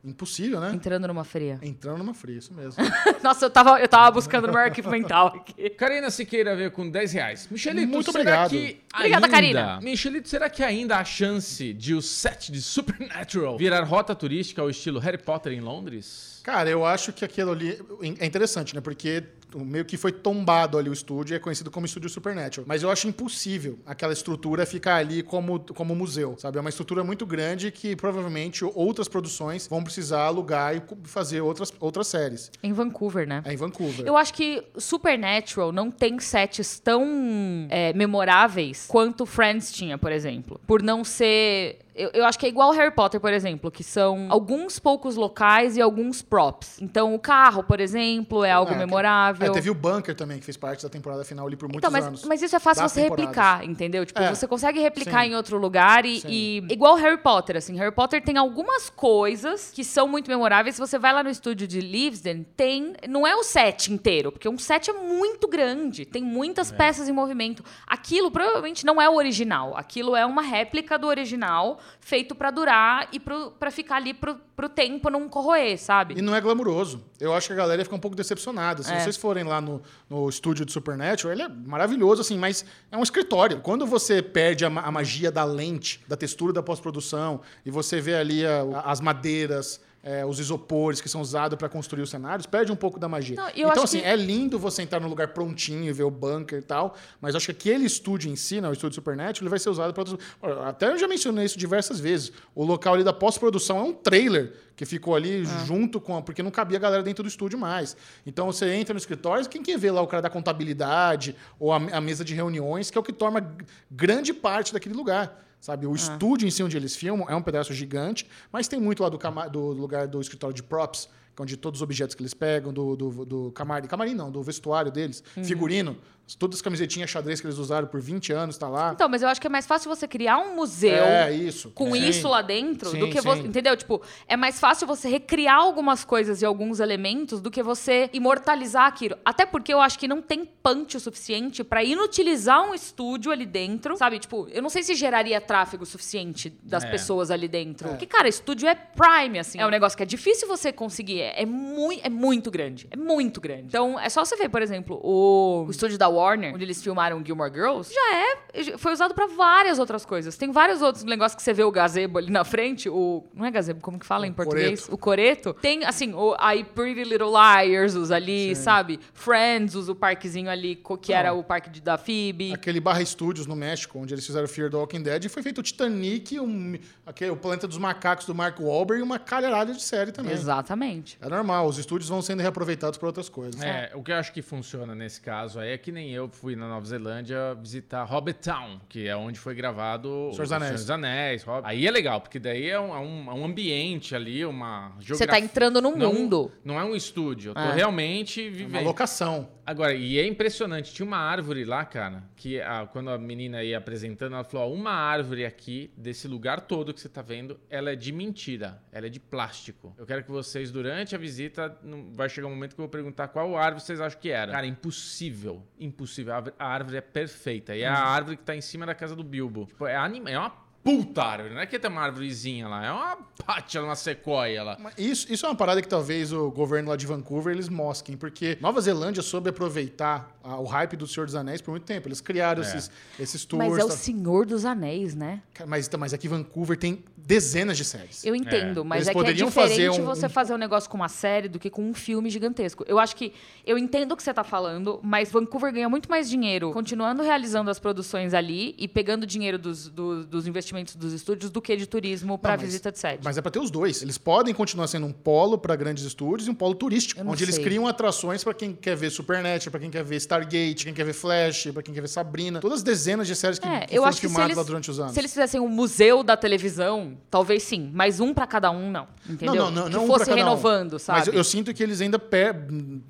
Impossível, né?
Entrando numa fria.
Entrando numa fria, isso mesmo.
Nossa, eu tava, eu tava buscando no meu arquivo mental aqui.
Karina Siqueira veio com 10 reais. Michelito,
Muito
será
obrigado.
que
Obrigada,
ainda...
Karina.
Michelito, será que ainda há chance de o set de Supernatural virar rota turística ao estilo Harry Potter em Londres?
Cara, eu acho que aquilo ali é interessante, né? Porque o meio que foi tombado ali o estúdio, é conhecido como estúdio Supernatural. Mas eu acho impossível aquela estrutura ficar ali como, como museu, sabe? É uma estrutura muito grande que provavelmente outras produções vão precisar alugar e co- fazer outras, outras séries.
Em Vancouver, né?
É em Vancouver.
Eu acho que Supernatural não tem sets tão é, memoráveis mais quanto Friends tinha, por exemplo. Por não ser. Eu, eu acho que é igual Harry Potter, por exemplo, que são alguns poucos locais e alguns props. Então, o carro, por exemplo, é algo
É, que-
memorável.
É, teve o Bunker também, que fez parte da temporada final ali por muitos
Então, mas,
anos.
mas isso é fácil
das
você
temporadas.
replicar, entendeu? Tipo,
É.
você consegue replicar
Sim.
em outro lugar e,
Sim.
e- Igual Harry Potter, assim. Harry Potter tem algumas coisas que são muito memoráveis. Se você vai lá no estúdio de Livesden, tem... Não é o set inteiro, porque um set é muito grande. Tem
É.
muitas peças em movimento. Aquilo provavelmente não é o original. Aquilo é uma réplica do original, feito pra durar e pro, pra ficar ali pro, pro tempo não corroer, sabe?
E não é glamuroso. Eu acho que a galera ia ficar um pouco decepcionada. Se
É.
vocês forem lá no, no estúdio de Supernatural, ele é maravilhoso, assim, mas é um escritório. Quando você perde a, ma- a magia da lente, da textura da pós-produção, e você vê ali a- a- as madeiras. é, os isopores que são usados para construir os cenários, perde um pouco da magia.
Não, eu
então,
acho
assim,
que-
é lindo você entrar num lugar prontinho e ver o bunker e tal, mas eu acho que aquele estúdio em si, né, o estúdio Supernatural, ele vai ser usado para outros. Até eu já mencionei isso diversas vezes. O local ali da pós-produção é um trailer que ficou
É.
ali junto com. A... Porque não cabia a galera dentro do estúdio mais. Então você entra no escritório, quem quer ver lá o cara da contabilidade ou a, a mesa de reuniões, que é o que torna g- grande parte daquele lugar. Sabe,
Ah.
o estúdio em si onde eles filmam é um pedaço gigante, mas tem muito lá do, cama- do lugar do escritório de props, que é onde todos os objetos que eles pegam, do, do, do camarim, camarim não, do vestuário deles,
Uhum.
figurino, todas as camisetinhas xadrez que eles usaram por 20 anos, tá lá.
Então, mas eu acho que é mais fácil você criar um museu
é, isso.
com
Sim.
isso lá dentro do
Sim,
que você.
sim.
Entendeu? Tipo, é mais fácil você recriar algumas coisas e alguns elementos do que você imortalizar aquilo. Até porque eu acho que não tem punch o suficiente pra inutilizar um estúdio ali dentro. Sabe? Tipo, eu não sei se geraria tráfego suficiente das
É.
pessoas ali dentro.
É.
Porque, cara, estúdio é prime, assim. É um negócio que é difícil você conseguir. É, é, mui- é muito grande. É muito grande. Então, é só você ver, por exemplo, o, o estúdio da Warner, onde eles filmaram Gilmore Girls, já é. Foi usado pra várias outras coisas. Tem vários outros negócios que você vê o gazebo ali na frente. O. Não é gazebo, como que fala em português?
coreto.
O coreto. Tem, assim, o aí Pretty Little Liars usa ali, sabe? Friends usa o parquezinho ali, co- que era o parque de- da Phoebe.
Aquele Barra Studios no México, onde eles fizeram Fear the Walking Dead, e foi feito o Titanic, um, aquele, o Planeta dos Macacos do Mark Wahlberg e uma calharada de série também.
Exatamente.
É normal, os estúdios vão sendo reaproveitados para outras coisas.
É, o que eu acho que funciona nesse caso aí é que nem eu fui na Nova Zelândia visitar Hobbit Town, que é onde foi gravado
Senhor dos
O
Anéis.
dos Anéis, Hobbit. Aí é legal, porque daí é um, é um- é um ambiente ali, uma geografia.
Você tá entrando num
Não-
mundo.
Não é um estúdio, eu tô
É.
realmente
Uma
vivendo.
locação.
Agora, e é impressionante, tinha uma árvore lá, cara, que a- quando a menina ia apresentando, ela falou: ó, uma árvore aqui, desse lugar todo que você tá vendo, ela é de mentira, ela é de plástico. Eu quero que vocês, durante a visita, não- vai chegar um momento que eu vou perguntar qual árvore vocês acham que era. Cara, impossível, impossível. A árvore- A árvore é perfeita. E é a árvore que tá em cima da casa do Bilbo. Tipo, é, anima, é uma puta árvore, não é que tem uma árvorezinha lá, é uma pátia, uma sequoia lá.
Mas Isso, isso é uma parada que talvez o governo lá de Vancouver eles mosquem, porque Nova Zelândia soube aproveitar ah, o hype do Senhor dos Anéis por muito tempo. Eles criaram
É.
esses, esses tours.
Mas é o
tá-
Senhor dos Anéis, né?
Cara, mas, então, mas aqui Vancouver tem dezenas de séries.
Eu entendo, mas
Eles
é que é
poderiam
diferente
fazer um-
você fazer um negócio com uma série do que com um filme gigantesco. Eu acho que eu entendo o que você tá falando, mas Vancouver ganha muito mais dinheiro continuando realizando as produções ali e pegando dinheiro dos, do- dos investimentos dos estúdios do que de turismo pra
mas-
visita de sede.
Mas é pra ter os dois. Eles podem continuar sendo um polo pra grandes estúdios e um polo turístico,
Eu não
onde eles
sei.
criam atrações pra quem quer ver Supernatural, pra quem quer ver Stargate, quem quer ver Flash, pra quem quer ver Sabrina. Todas as dezenas de séries que,
É,
que
eu
foram
acho que se
filmadas
eles,
lá durante os anos.
se eles fizessem um museu da televisão, talvez sim, mas um pra cada um não, entendeu? que
um pra
fosse
cada um.
renovando, sabe?
Mas eu, eu sinto que eles ainda pe-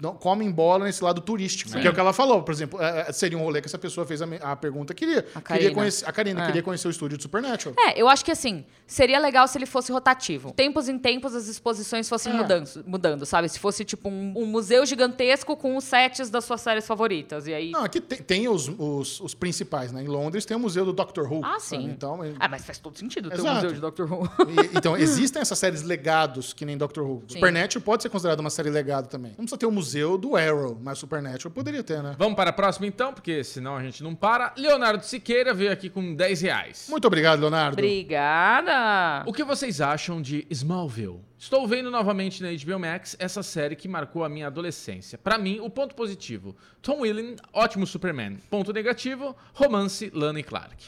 não- comem bola nesse lado turístico. Que é o que ela falou, por exemplo. é, é, seria um rolê que essa pessoa fez a, me- a pergunta. Queria, queria
A Karina.
conhecer. A Karina
É.
queria conhecer o estúdio de Supernatural.
É, eu acho que assim, seria legal se ele fosse rotativo. Tempos em tempos as exposições fossem
É.
mudando, mudando, sabe? Se fosse tipo um, um museu gigantesco com os sets das suas séries favoritas. E aí.
Não, aqui tem, tem os, os- os principais, né? Em Londres tem o museu do Doctor Who.
Ah,
sabe?
sim.
Então, e-
Ah, mas faz todo sentido ter um
Exato.
museu de Doctor Who.
e- então, existem essas séries legados, que nem Doctor Who.
Sim.
Supernatural pode ser considerada uma série legado também. Não precisa ter o museu do Arrow, mas Supernatural poderia ter, né?
Vamos para a próxima então, porque senão a gente não para. Leonardo Siqueira veio aqui com 10 reais.
Muito obrigado, Leonardo.
Obrigada!
O que vocês acham de Smallville? Estou vendo novamente na HBO Max essa série que marcou a minha adolescência. Para mim, o ponto positivo: Tom Welling, ótimo Superman. Ponto negativo: romance Lana e Clark.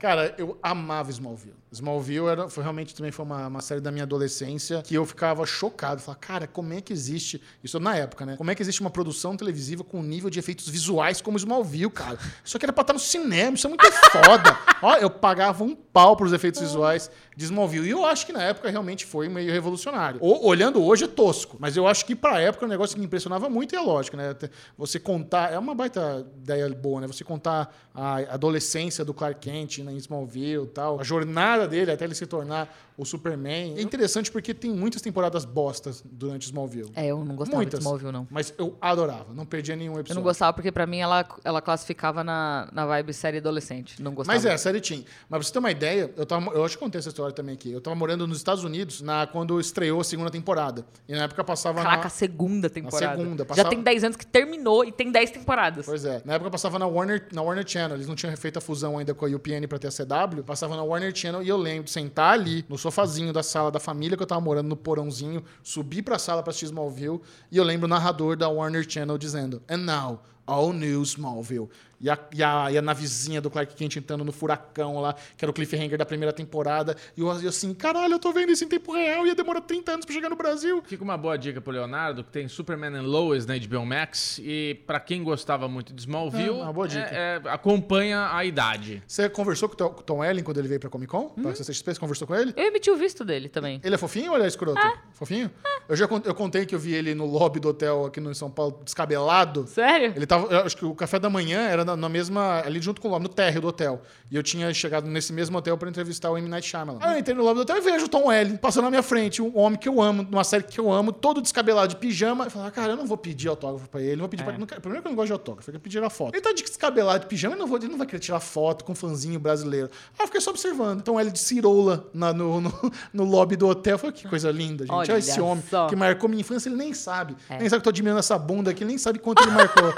Cara, eu amava Smallville. Smallville era, foi realmente também foi uma, uma série da minha adolescência que eu ficava chocado. Falava, cara, como é que existe. Isso na época, né? Como é que existe uma produção televisiva com um nível de efeitos visuais como Smallville, cara? Isso aqui era pra estar no cinema, isso é muito foda. Ó, eu pagava um pau pros efeitos visuais de Smallville. E eu acho que na época realmente foi meio revolucionário. O- olhando hoje é tosco, mas eu acho que pra época é um negócio que me impressionava muito e é lógico, né? Te- Você contar. É uma baita ideia boa, né? Você contar a adolescência do Clark Kent né, em Smallville e tal, a jornada dele até ele se tornar o Superman. É interessante porque tem muitas temporadas bostas durante Smallville.
É, eu não gostava de Smallville, não.
Mas eu adorava, não perdia nenhum episódio.
Eu não gostava porque, pra mim, ela, ela classificava na, na vibe série adolescente. Não gostava.
Mas é, série Teen. Mas pra você ter uma ideia, eu, tava, eu acho que contei essa história também aqui. Eu tava morando nos Estados Unidos na, quando estreou a segunda temporada. E na época passava
Caraca,
na.
a segunda temporada.
segunda,
Já
passava-
tem 10 anos que terminou e tem 10 temporadas.
Pois é. Na época passava na Warner, na Warner Channel. Eles não tinham feito a fusão ainda com a UPN pra ter a CW. Passava na Warner Channel e eu lembro de sentar ali no sofazinho da sala da família que eu tava morando no porãozinho, subir pra sala pra assistir Smallville e eu lembro o narrador da Warner Channel dizendo: And now. All new Smallville. E a, e, a, e a navezinha do Clark Kent entrando no furacão lá, que era o cliffhanger da primeira temporada. E eu, eu assim, caralho, eu tô vendo isso em tempo real, ia demorar 30 anos pra chegar no Brasil.
Fica uma boa dica pro Leonardo, que tem Superman and Lois na HBO Max. E pra quem gostava muito de Smallville,
É, uma boa dica.
é- é, acompanha a idade.
Você conversou com o Tom- com o Tom Ellen quando ele veio pra Comic Con? Pra CCXP, você conversou com ele?
Eu emiti o visto dele também.
Ele é fofinho ou ele é escroto? Fofinho? Eu já con- eu contei que eu vi ele no lobby do hotel aqui no em São Paulo, descabelado.
Sério?
Ele tava, eu acho que o café da manhã era na, na mesma, ali junto com o lobby, no térreo do hotel. E eu tinha chegado nesse mesmo hotel pra entrevistar o M. Night Shyamalan. Aí Ah, eu entrei no lobby do hotel e vejo o Tom L. passando na minha frente, um homem que eu amo, numa série que eu amo, todo descabelado de pijama. Eu falava, cara, eu não vou pedir autógrafo pra ele, não vou
É.
pedir pra, não quero- primeiro que eu não gosto de autógrafo, eu quero pedir a foto. Ele tá de descabelado de pijama, eu não vou, ele não vai querer tirar foto com um fãzinho brasileiro. Aí eu fiquei só observando. Tom L de cirola na- no, no, no lobby do hotel. Eu falei, que coisa linda, gente. Olha,
Olha
esse homem
só.
que marcou minha infância, ele nem sabe.
É.
Nem sabe que eu tô admirando essa bunda aqui, ele nem sabe quanto ele marcou.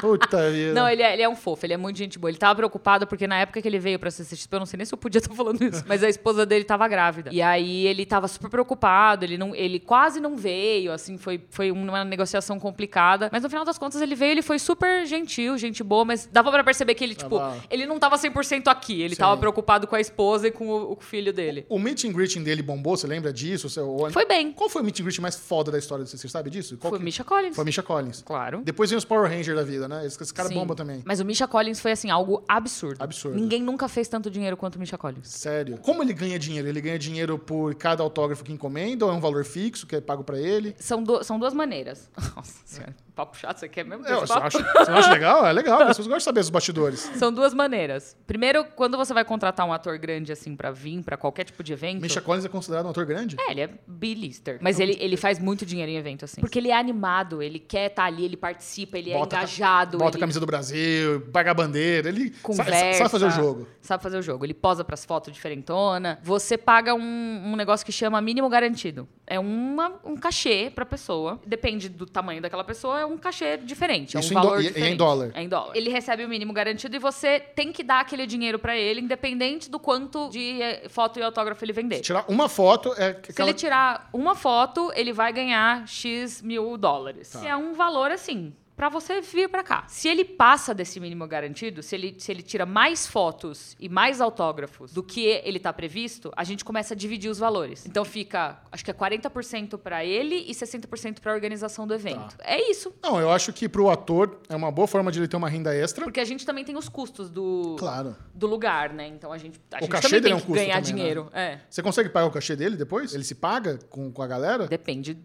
Puta vida.
Não, ele é, ele é um fofo, ele é muito gente boa. Ele tava preocupado porque na época que ele veio pra CCXP, eu não sei nem se eu podia estar falando isso, mas a esposa dele tava grávida. E aí ele tava super preocupado, ele, não, ele quase não veio, assim, foi, foi uma negociação complicada. Mas no final das contas ele veio, ele foi super gentil, gente boa, mas dava pra perceber que ele, tipo,
Tava-
ele não tava 100% aqui, ele tava preocupado com a esposa e com o, o filho dele.
O meet and greeting dele bombou, você lembra disso? Você- o-
Foi bem.
Qual foi o meet and greeting mais foda da história? Você você sabe disso? Qual
Foi o
que-
Misha Collins.
Foi o Misha Collins.
Claro.
Depois vem os Power Rangers da vida, né? Esse, esse cara
Sim.
bomba também.
Mas o Misha Collins foi, assim, algo absurdo.
Absurdo.
Ninguém nunca fez tanto dinheiro quanto o Misha Collins.
Sério. Como ele ganha dinheiro? Ele ganha dinheiro por cada autógrafo que encomenda ou é um valor fixo que é pago pra ele?
São, du- são duas maneiras. Nossa senhora, papo chato, você quer mesmo? ter
Eu,
esse
você,
papo?
acha, você acha legal? É legal, as pessoas gostam de saber os bastidores.
São duas maneiras. Primeiro, quando você vai contratar um ator grande assim pra vir pra qualquer tipo de evento.
Misha Collins é considerado um ator grande?
É, ele é bilister. Mas ele, ele faz muito dinheiro em evento assim. Porque ele é animado, ele quer estar ali, ele participa, ele
Bota
é
a ca-
engajado.
Bota a
ele...
camisa do Brasil, paga a bandeira, ele sa- sa-
Conversa.
sabe fazer o jogo.
Sabe fazer o jogo. Ele posa pras fotos diferentona. Você paga um, um negócio que chama mínimo garantido. É uma, um cachê pra pessoa. Depende do tamanho daquela pessoa, é um cachê diferente.
Isso
é
em
um
dó-
valor
e- e em
diferente.
dólar.
É em dólar. Ele recebe o mínimo garantido e você tem que dar aquele dinheiro pra ele, independente do quanto de eh, foto e autógrafo ele vender.
Tirar uma foto é
Se
aquela...
ele tirar uma foto, ele vai ganhar X mil dólares.
Tá.
Que é um valor assim. Pra você vir pra cá. Se ele passa desse mínimo garantido, se ele, se ele tira mais fotos e mais autógrafos do que ele tá previsto, a gente começa a dividir os valores. Então fica, acho que é 40% pra ele e 60% pra organização do evento.
Tá.
É isso.
Não, eu acho que pro ator é uma boa forma de ele ter uma renda extra.
Porque a gente também tem os custos do,
Claro.
do lugar, né? Então a gente, a
O
gente
cachê
também
dele
tem
é um
que
custo
ganhar
também, né?
dinheiro. É.
Você consegue pagar o cachê dele depois? Ele se paga com, com a galera?
Depende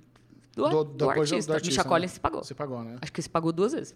do,
Do-
do,
da coisa-
artista.
do artista,
Misha
né?
Collins se pagou. É.
Você pagou, né?
Acho que se pagou duas vezes.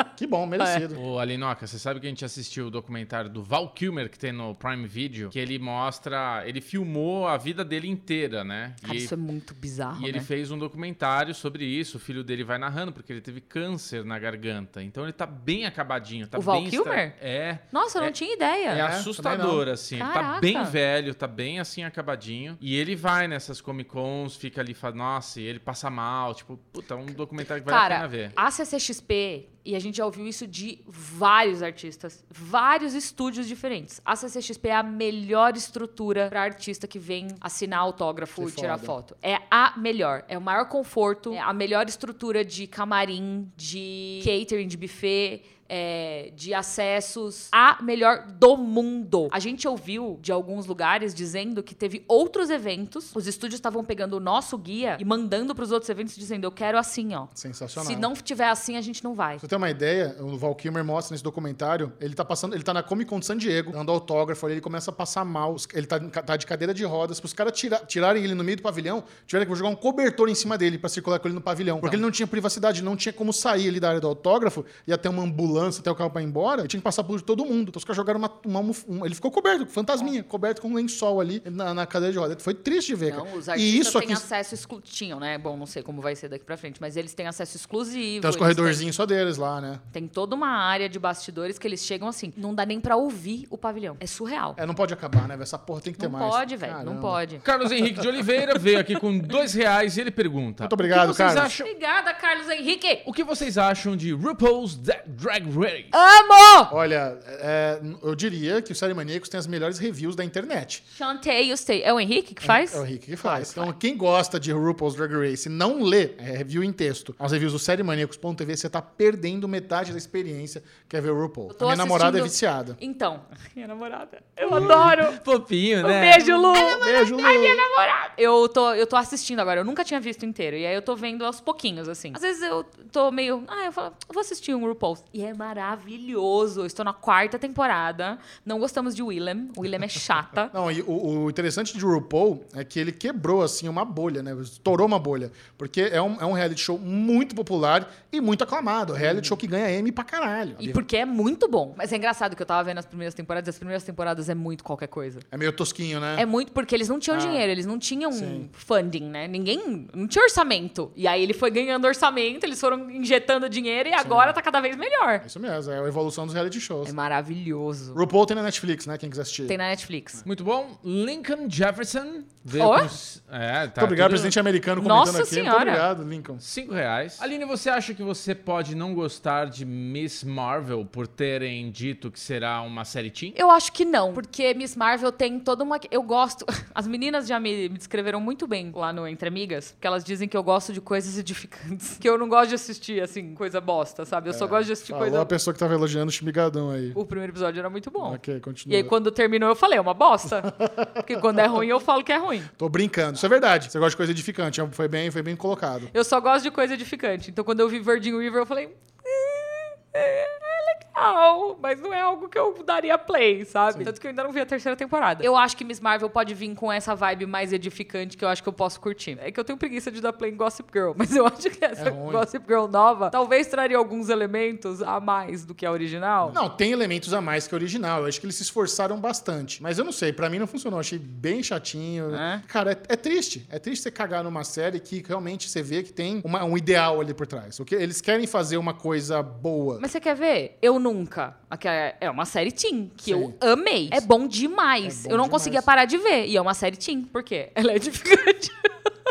Ó, que bom, merecido.
Ô, Alinoca, você sabe que a gente assistiu o documentário do Val Kilmer que tem no Prime Video, que ele mostra. Ele filmou a vida dele inteira, né?
Cara,
e
isso é muito bizarro,
e ele
né?
fez um documentário sobre isso. O filho dele vai narrando, porque ele teve câncer na garganta. Então ele tá bem acabadinho. Tá
O Val
bem estra-
Kilmer?
É.
Nossa, eu não
É-
tinha ideia.
É
não.
assustador, assim. Ele Tá
Caraca.
bem velho, tá bem assim acabadinho. E ele vai nessas Comic Cons, fica ali, fala, nossa, e ele passa mal. Tipo, puta, é um documentário que vale a
Cara,
pena ver.
a CCXP E a gente já ouviu isso de vários artistas, vários estúdios diferentes. A CCXP é a melhor estrutura para artista que vem assinar autógrafo
Que
e tirar
foda.
foto. É a melhor. É o maior conforto, é a melhor estrutura de camarim, de catering, de buffet. é, de acessos, a melhor do mundo. A gente ouviu de alguns lugares dizendo que teve outros eventos, os estúdios estavam pegando o nosso guia e mandando pros outros eventos dizendo: Eu quero assim, ó.
Sensacional.
Se não tiver assim, a gente não vai.
Pra você ter uma ideia, o Val Kilmer mostra nesse documentário, ele tá passando, ele tá na Comic Con de San Diego, dando autógrafo, ali ele começa a passar mal, os- ele tá, em ca- tá de cadeira de rodas, pros caras tira- tirarem ele no meio do pavilhão, tiveram que jogar um cobertor em cima dele pra circular com ele no pavilhão, porque ele não tinha privacidade, não tinha como sair ali da área do autógrafo, ia ter uma ambulância até o carro pra ir embora, ele tinha que passar por todo mundo, então os caras jogaram uma, uma almof- um- ele ficou coberto,
É.
fantasminha, coberto com um lençol ali na, na cadeira de rodas, foi triste de ver,
Não, os
cara.
artistas
E isso
têm
aqui...
acesso exclusivo. Tinham, né? Bom, não sei como vai ser daqui pra frente, mas eles têm acesso exclusivo.
Tem os
eles
corredorzinhos só deles lá, né?
têm- Tem toda uma área de bastidores que eles chegam assim. Não dá nem pra ouvir o pavilhão. É surreal.
É, não pode acabar, né? velho? Essa porra tem que ter
não
mais.
pode, velho. Não
Caramba.
pode.
Carlos Henrique de Oliveira veio aqui com dois reais e ele pergunta:
Muito obrigado,
o que vocês
Carlos.
Acham,
Obrigada, Carlos Henrique.
o que vocês acham de RuPaul's Dra- Drag Race?
Amo!
Olha, é, eu diria que o Série Maníacos tem as melhores reviews da internet.
Chantei, eu sei. É o Henrique que faz?
É o Rick que faz. Então, quem gosta de RuPaul's Drag Race e não lê é, review em texto, as reviews do SérieManíacos.tv, você tá perdendo metade da experiência que é ver o RuPaul.
Eu
Minha
tô
namorada é
assistindo-
viciada.
Então. Minha namorada. Eu adoro.
Fofinho,
Um
né?
beijo, Lu.
Beijo, Lu.
namorado. Eu tô, eu tô assistindo agora, eu nunca tinha visto inteiro. E aí eu tô vendo aos pouquinhos, assim. Às vezes eu tô meio. Ah, eu falo, eu vou assistir um RuPaul's. E é maravilhoso. Eu estou na quarta temporada. Não gostamos de Willem. Willem é chata.
Não, e o, o interessante de RuPaul é que ele quebrou, assim, uma bolha, né? Estourou uma bolha. Porque é um, é um reality show muito popular e muito aclamado. Reality show que ganha M pra caralho.
Hum. E porque é muito bom. Mas é engraçado que eu tava vendo as primeiras temporadas. e As primeiras temporadas é muito qualquer coisa.
É meio tosquinho, né?
É muito porque eles não tinham dinheiro, eles não tinham funding, né? Ninguém. Não tinha orçamento. E aí ele foi ganhando orçamento, eles foram injetando dinheiro e agora tá cada vez melhor.
É Isso mesmo, é a evolução dos reality shows.
É maravilhoso.
RuPaul tem na Netflix, né? Quem quiser assistir.
Tem na Netflix.
Muito bom. Lincoln Jefferson veio
Ó.
com s- É, tá.
Muito obrigado,
tudo-
presidente americano, comentando
Nossa
aqui.
Senhora.
Muito obrigado, Lincoln.
5 reais. Aline, você acha que você pode não gostar de Miss Marvel por terem dito que será uma série teen?
Eu acho que não, porque Miss Marvel tem toda uma. Eu gosto. As meninas já me, me descreveram muito bem lá no Entre Amigas, porque elas dizem que eu gosto de coisas edificantes. Que eu não gosto de assistir, assim, coisa bosta, sabe? Eu só gosto de assistir
Falou
coisa.
a pessoa que tava elogiando o Chimigadão aí.
O primeiro episódio era muito bom.
Ok, continua.
E aí, quando terminou, eu falei, é uma bosta. Porque quando é ruim, eu falo que é ruim.
Tô brincando, isso é verdade. Você gosta de coisa edificante, É, foi bem, foi bem colocado.
Eu só gosto de coisa edificante. Então, quando eu vi Virgin River, eu falei. "Eh, É é legal, mas não é algo que eu daria play, sabe? Tanto que eu ainda não vi a terceira temporada. Eu acho que Miss Marvel pode vir com essa vibe mais edificante que eu acho que eu posso curtir. É que eu tenho preguiça de dar play em Gossip Girl, mas eu acho que essa
É ruim.
Gossip Girl nova talvez traria alguns elementos a mais do que a original.
Não, tem elementos a mais que o original. Eu acho que eles se esforçaram bastante. Mas eu não sei, pra mim não funcionou. Achei bem chatinho.
É?
Cara, é, é triste. É triste você cagar numa série que realmente você vê que tem uma- um ideal ali por trás. O que eles querem fazer uma coisa boa.
Mas você quer ver? Eu Nunca. Aqui É é uma série teen, que eu
Sim.
amei. É bom demais.
É bom
eu não
demais.
conseguia parar de ver. E é uma série teen. Por quê? Ela é edificante.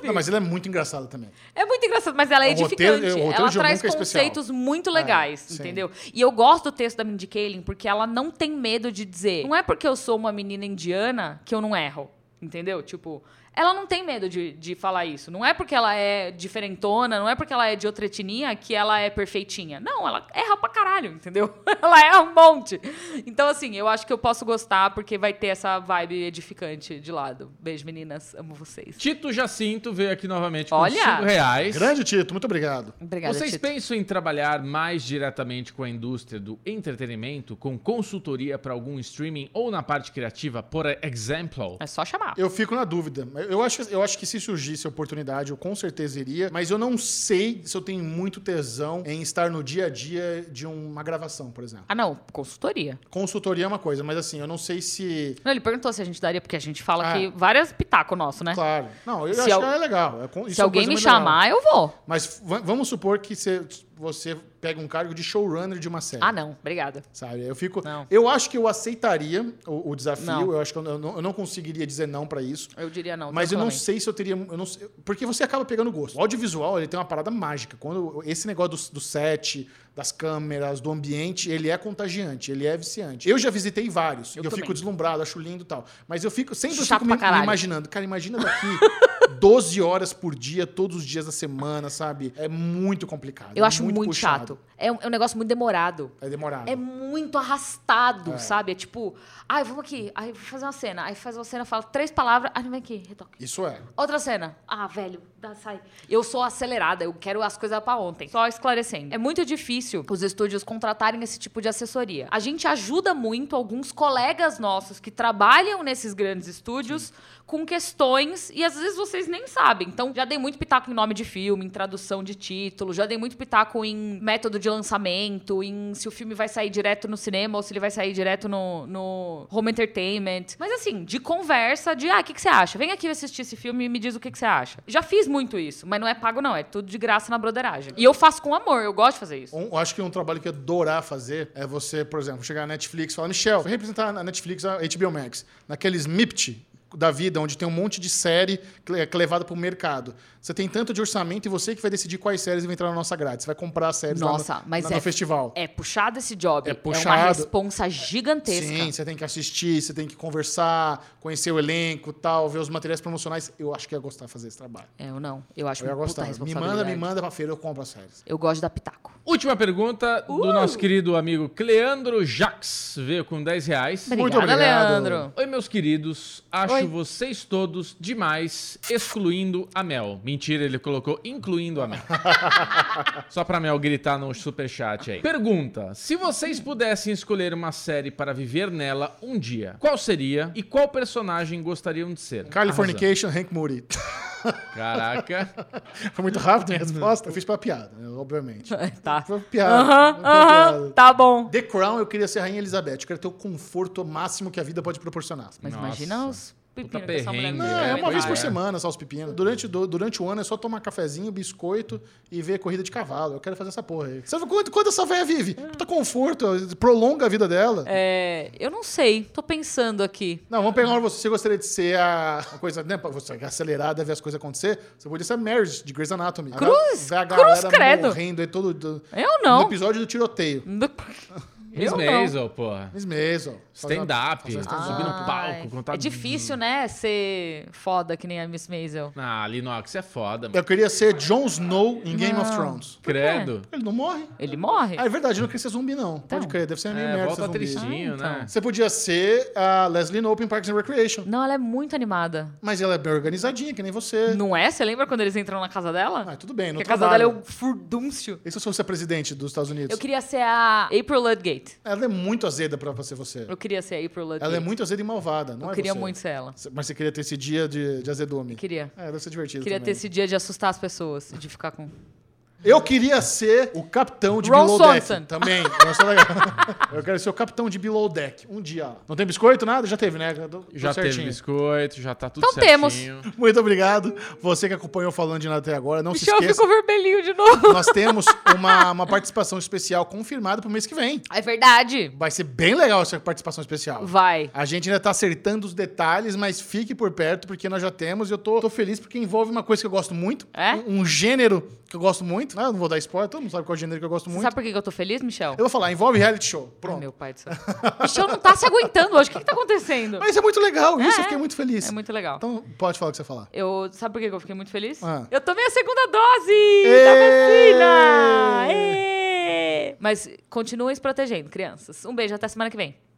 Não, mas ele é muito engraçado também.
É muito engraçado, mas ela é
O roteiro-
edificante.
o roteiro
ela
de um
traz
nunca é especial.
conceitos muito legais,
sim.
entendeu? E eu gosto do texto da Mindy Kaling porque ela não tem medo de dizer. Não é porque eu sou uma menina indiana que eu não erro, entendeu? Tipo, ela não tem medo de, de falar isso. Não é porque ela é diferentona, não é porque ela é de outra etnia que ela é perfeitinha. Não, ela erra pra caralho, entendeu? ela erra um monte. Então, assim, eu acho que eu posso gostar porque vai ter essa vibe edificante de lado. Beijo, meninas. Amo vocês.
Tito Jacinto veio aqui novamente com
Olha!
5 reais.
Grande Tito, muito obrigado.
Obrigada,
Vocês
Tito.
pensam em trabalhar mais diretamente com a indústria do entretenimento, com consultoria para algum streaming ou na parte criativa, por exemplo?
É só chamar.
Eu fico na dúvida. Eu acho, eu acho que se surgisse a oportunidade, eu com certeza iria, mas eu não sei se eu tenho muito tesão em estar no dia a dia de uma gravação, por exemplo.
Ah, não, consultoria.
Consultoria é uma coisa, mas assim, eu não sei se.
Não, ele perguntou se a gente daria, porque a gente fala
Ah.
que várias pitaco nosso, né?
Claro. Não, eu
Se
acho
al-
que é legal. É, con- isso
se
é uma
alguém
coisa
me
muito legal.
chamar, eu vou.
Mas va- vamos supor que você você pega um cargo de showrunner de uma série.
Ah, não. Obrigada.
Sabe? Eu fico.
Não.
Eu acho que eu aceitaria o, o desafio.
Não.
Eu acho que eu não, eu não conseguiria dizer não pra isso.
Eu diria não.
Mas eu não
tranquilamente.
sei se eu teria. eu não sei- porque você acaba pegando gosto. O audiovisual ele tem uma parada mágica. Quando esse negócio do, do set, das câmeras, do ambiente, ele é contagiante, ele é viciante. Eu já visitei vários.
Eu
e eu
também.
fico deslumbrado, acho lindo e tal. Mas eu fico sempre eu
Chato
fico me,
pra caralho.
me imaginando. Cara, imagina daqui 12 horas por dia, todos os dias da semana, sabe? É muito complicado.
Eu
é
acho muito,
puxado.
chato. É um, é um negócio muito demorado.
É demorado.
É muito arrastado, sabe? É tipo, ai, vamos aqui, aí vou fazer uma cena. Aí faz uma cena, fala três palavras, ai, vem aqui, retoque.
Isso é.
Outra cena. Ah, velho, dá, sai. Eu sou acelerada, eu quero as coisas pra ontem. Só esclarecendo. É muito difícil os estúdios contratarem esse tipo de assessoria. A gente ajuda muito alguns colegas nossos que trabalham nesses grandes estúdios com questões e às vezes vocês nem sabem. Então, já dei muito pitaco em nome de filme, em tradução de título, já dei muito pitaco em método de lançamento, em se o filme vai sair direto no cinema ou se ele vai sair direto no, no home entertainment. Mas assim, de conversa, de ah, o que, que você acha? Vem aqui assistir esse filme e me diz o que, que você acha. Já fiz muito isso, mas não é pago, não. É tudo de graça na broderagem. E eu faço com amor, eu gosto de fazer isso.
Um- eu acho que um trabalho que eu adorar fazer é você, por exemplo, chegar na Netflix e falar, Michel, vou representar na Netflix a HBO Max, naqueles MIPT da vida, onde tem um monte de série que é que é levada para o mercado. Você tem tanto de orçamento e você que vai decidir quais séries vão entrar na nossa grade. Você vai comprar as séries lá
Nossa,
no,
mas
na-
é-
no festival.
É puxado esse job.
É
É uma
puxado.
responsa gigantesca.
Sim, você tem que assistir, você tem que conversar, conhecer o elenco tal, ver os materiais promocionais. Eu acho que ia gostar de fazer esse trabalho.
É, eu não. Eu acho
Eu ia
uma puta
gostar. Me
responsabilidade.
manda, me manda pra feira, eu compro as séries.
Eu gosto da pitaco.
Última pergunta
Uh!
do nosso querido amigo Cleandro Jax. Veio com 10 reais.
Muito
Obrigada,
obrigado.
Leandro.
Oi, meus queridos. Acho
Oi.
vocês todos demais, excluindo a Mel. Mentira, ele colocou incluindo a Mel. Só pra Mel gritar no superchat aí. Pergunta: Se vocês pudessem escolher uma série para viver nela um dia, qual seria e qual personagem gostariam de ser?
Californication, Hank Moody.
Arrasou. Caraca.
Foi muito rápido a
Uhum.
minha resposta. Eu fiz pra piada, né, obviamente.
tá.
Foi piada.
Aham,
foi
aham.
piada.
Tá bom.
The Crown, eu queria ser a Rainha Elizabeth. Eu quero ter o conforto máximo que a vida pode proporcionar.
Mas
Nossa.
imagina os pepinos que essa mulher
perrengue,
Não,
me deu,
é uma
coitada.
vez por
Pois é.
semana só os pepinos. Durante, do- durante o ano é só tomar cafezinho, biscoito e ver corrida de cavalo. Eu quero fazer essa porra aí. Sabe quanto, quanto essa velha vive? Puta conforto, prolonga a vida dela.
É, eu não sei. Tô pensando aqui.
Não, vamos pegar uma você. Você gostaria de ser a uma coisa, né? pra Você acelerar, deve ver as coisas acontecer. Você podia ser a Marriage, de Grey's Anatomy.
Cruz,
Vê a
cruz,
galera
credo.
morrendo aí todo... do-
Eu
No
não.
episódio do tiroteio.
Miss
Eu não.
Maisel, porra.
Mesmo, mesmo.
Stand-up,
Fazer stand-up.
subir no
Ai,
palco, contar.
É difícil, né? Ser foda que nem a Miss Maisel.
Ah, Linox, é foda, mano.
Eu queria ser Jon Snow em Game of
Não.
Thrones.
quê?
Credo.
Ele não morre.
Ele morre?
Ah, é verdade, eu não queria ser zumbi, não. Pode
Então.
crer, deve ser meio
É,
merda ser
volta
zumbi.
tristinho,
Ah, então.
né?
Você podia ser a Leslie Knope em Parks and Recreation.
Não, ela é muito animada.
Mas ela é bem organizadinha, que nem você.
Não é? Você lembra quando eles entram na casa dela?
Ah, tudo bem, não
Porque a casa dela é um furdúncio.
E se eu fosse a presidente dos Estados Unidos?
Eu queria ser a April Ludgate.
Ela é muito azeda pra, pra ser você.
Eu queria ser a April Ludgate.
Ela é muito azeda e malvada, não
Eu
é
queria
você.
muito ser ela.
Cê- Mas você queria ter esse dia de, de azedume.
Queria.
É, deve ser divertido
Queria ter
também.
esse dia de assustar as pessoas, de ficar com.
Eu queria ser o capitão de
Ron
Below
Swanson.
Deck. Também. Eu sou legal. Eu quero ser o capitão de Below Deck. Um dia. lá. Não tem biscoito, nada? Já teve, né? Tudo
Já teve
certinho.
biscoito, já tá tudo
Então temos.
certinho.
Muito obrigado. Você que acompanhou falando de nada até agora, não
Michel
se esqueça.
ficou vermelhinho de novo.
Nós temos uma, uma participação especial confirmada pro mês que vem.
É verdade.
Vai ser bem legal essa participação especial.
Vai.
A gente ainda tá acertando os detalhes, mas fique por perto, porque nós já temos. E eu tô, tô feliz porque envolve uma coisa que eu gosto muito.
É?
Um, um gênero que eu gosto muito. Ah, eu não vou dar spoiler, todo mundo sabe qual gênero que eu gosto
Você
muito.
sabe por que que eu tô feliz, Michel?
Eu vou falar, envolve reality show.
Ai,
Pronto.
meu pai do céu. Michel não tá se aguentando hoje. O que, que tá acontecendo?
mas é muito legal, isso
É,
eu fiquei muito feliz.
É muito legal.
Então pode falar o que você falar.
Eu, sabe por que que eu fiquei muito feliz?
Ah.
Eu tomei a segunda dose da
Ê!
vacina! Ê! Mas continuem se protegendo, crianças. Um beijo, até semana que vem.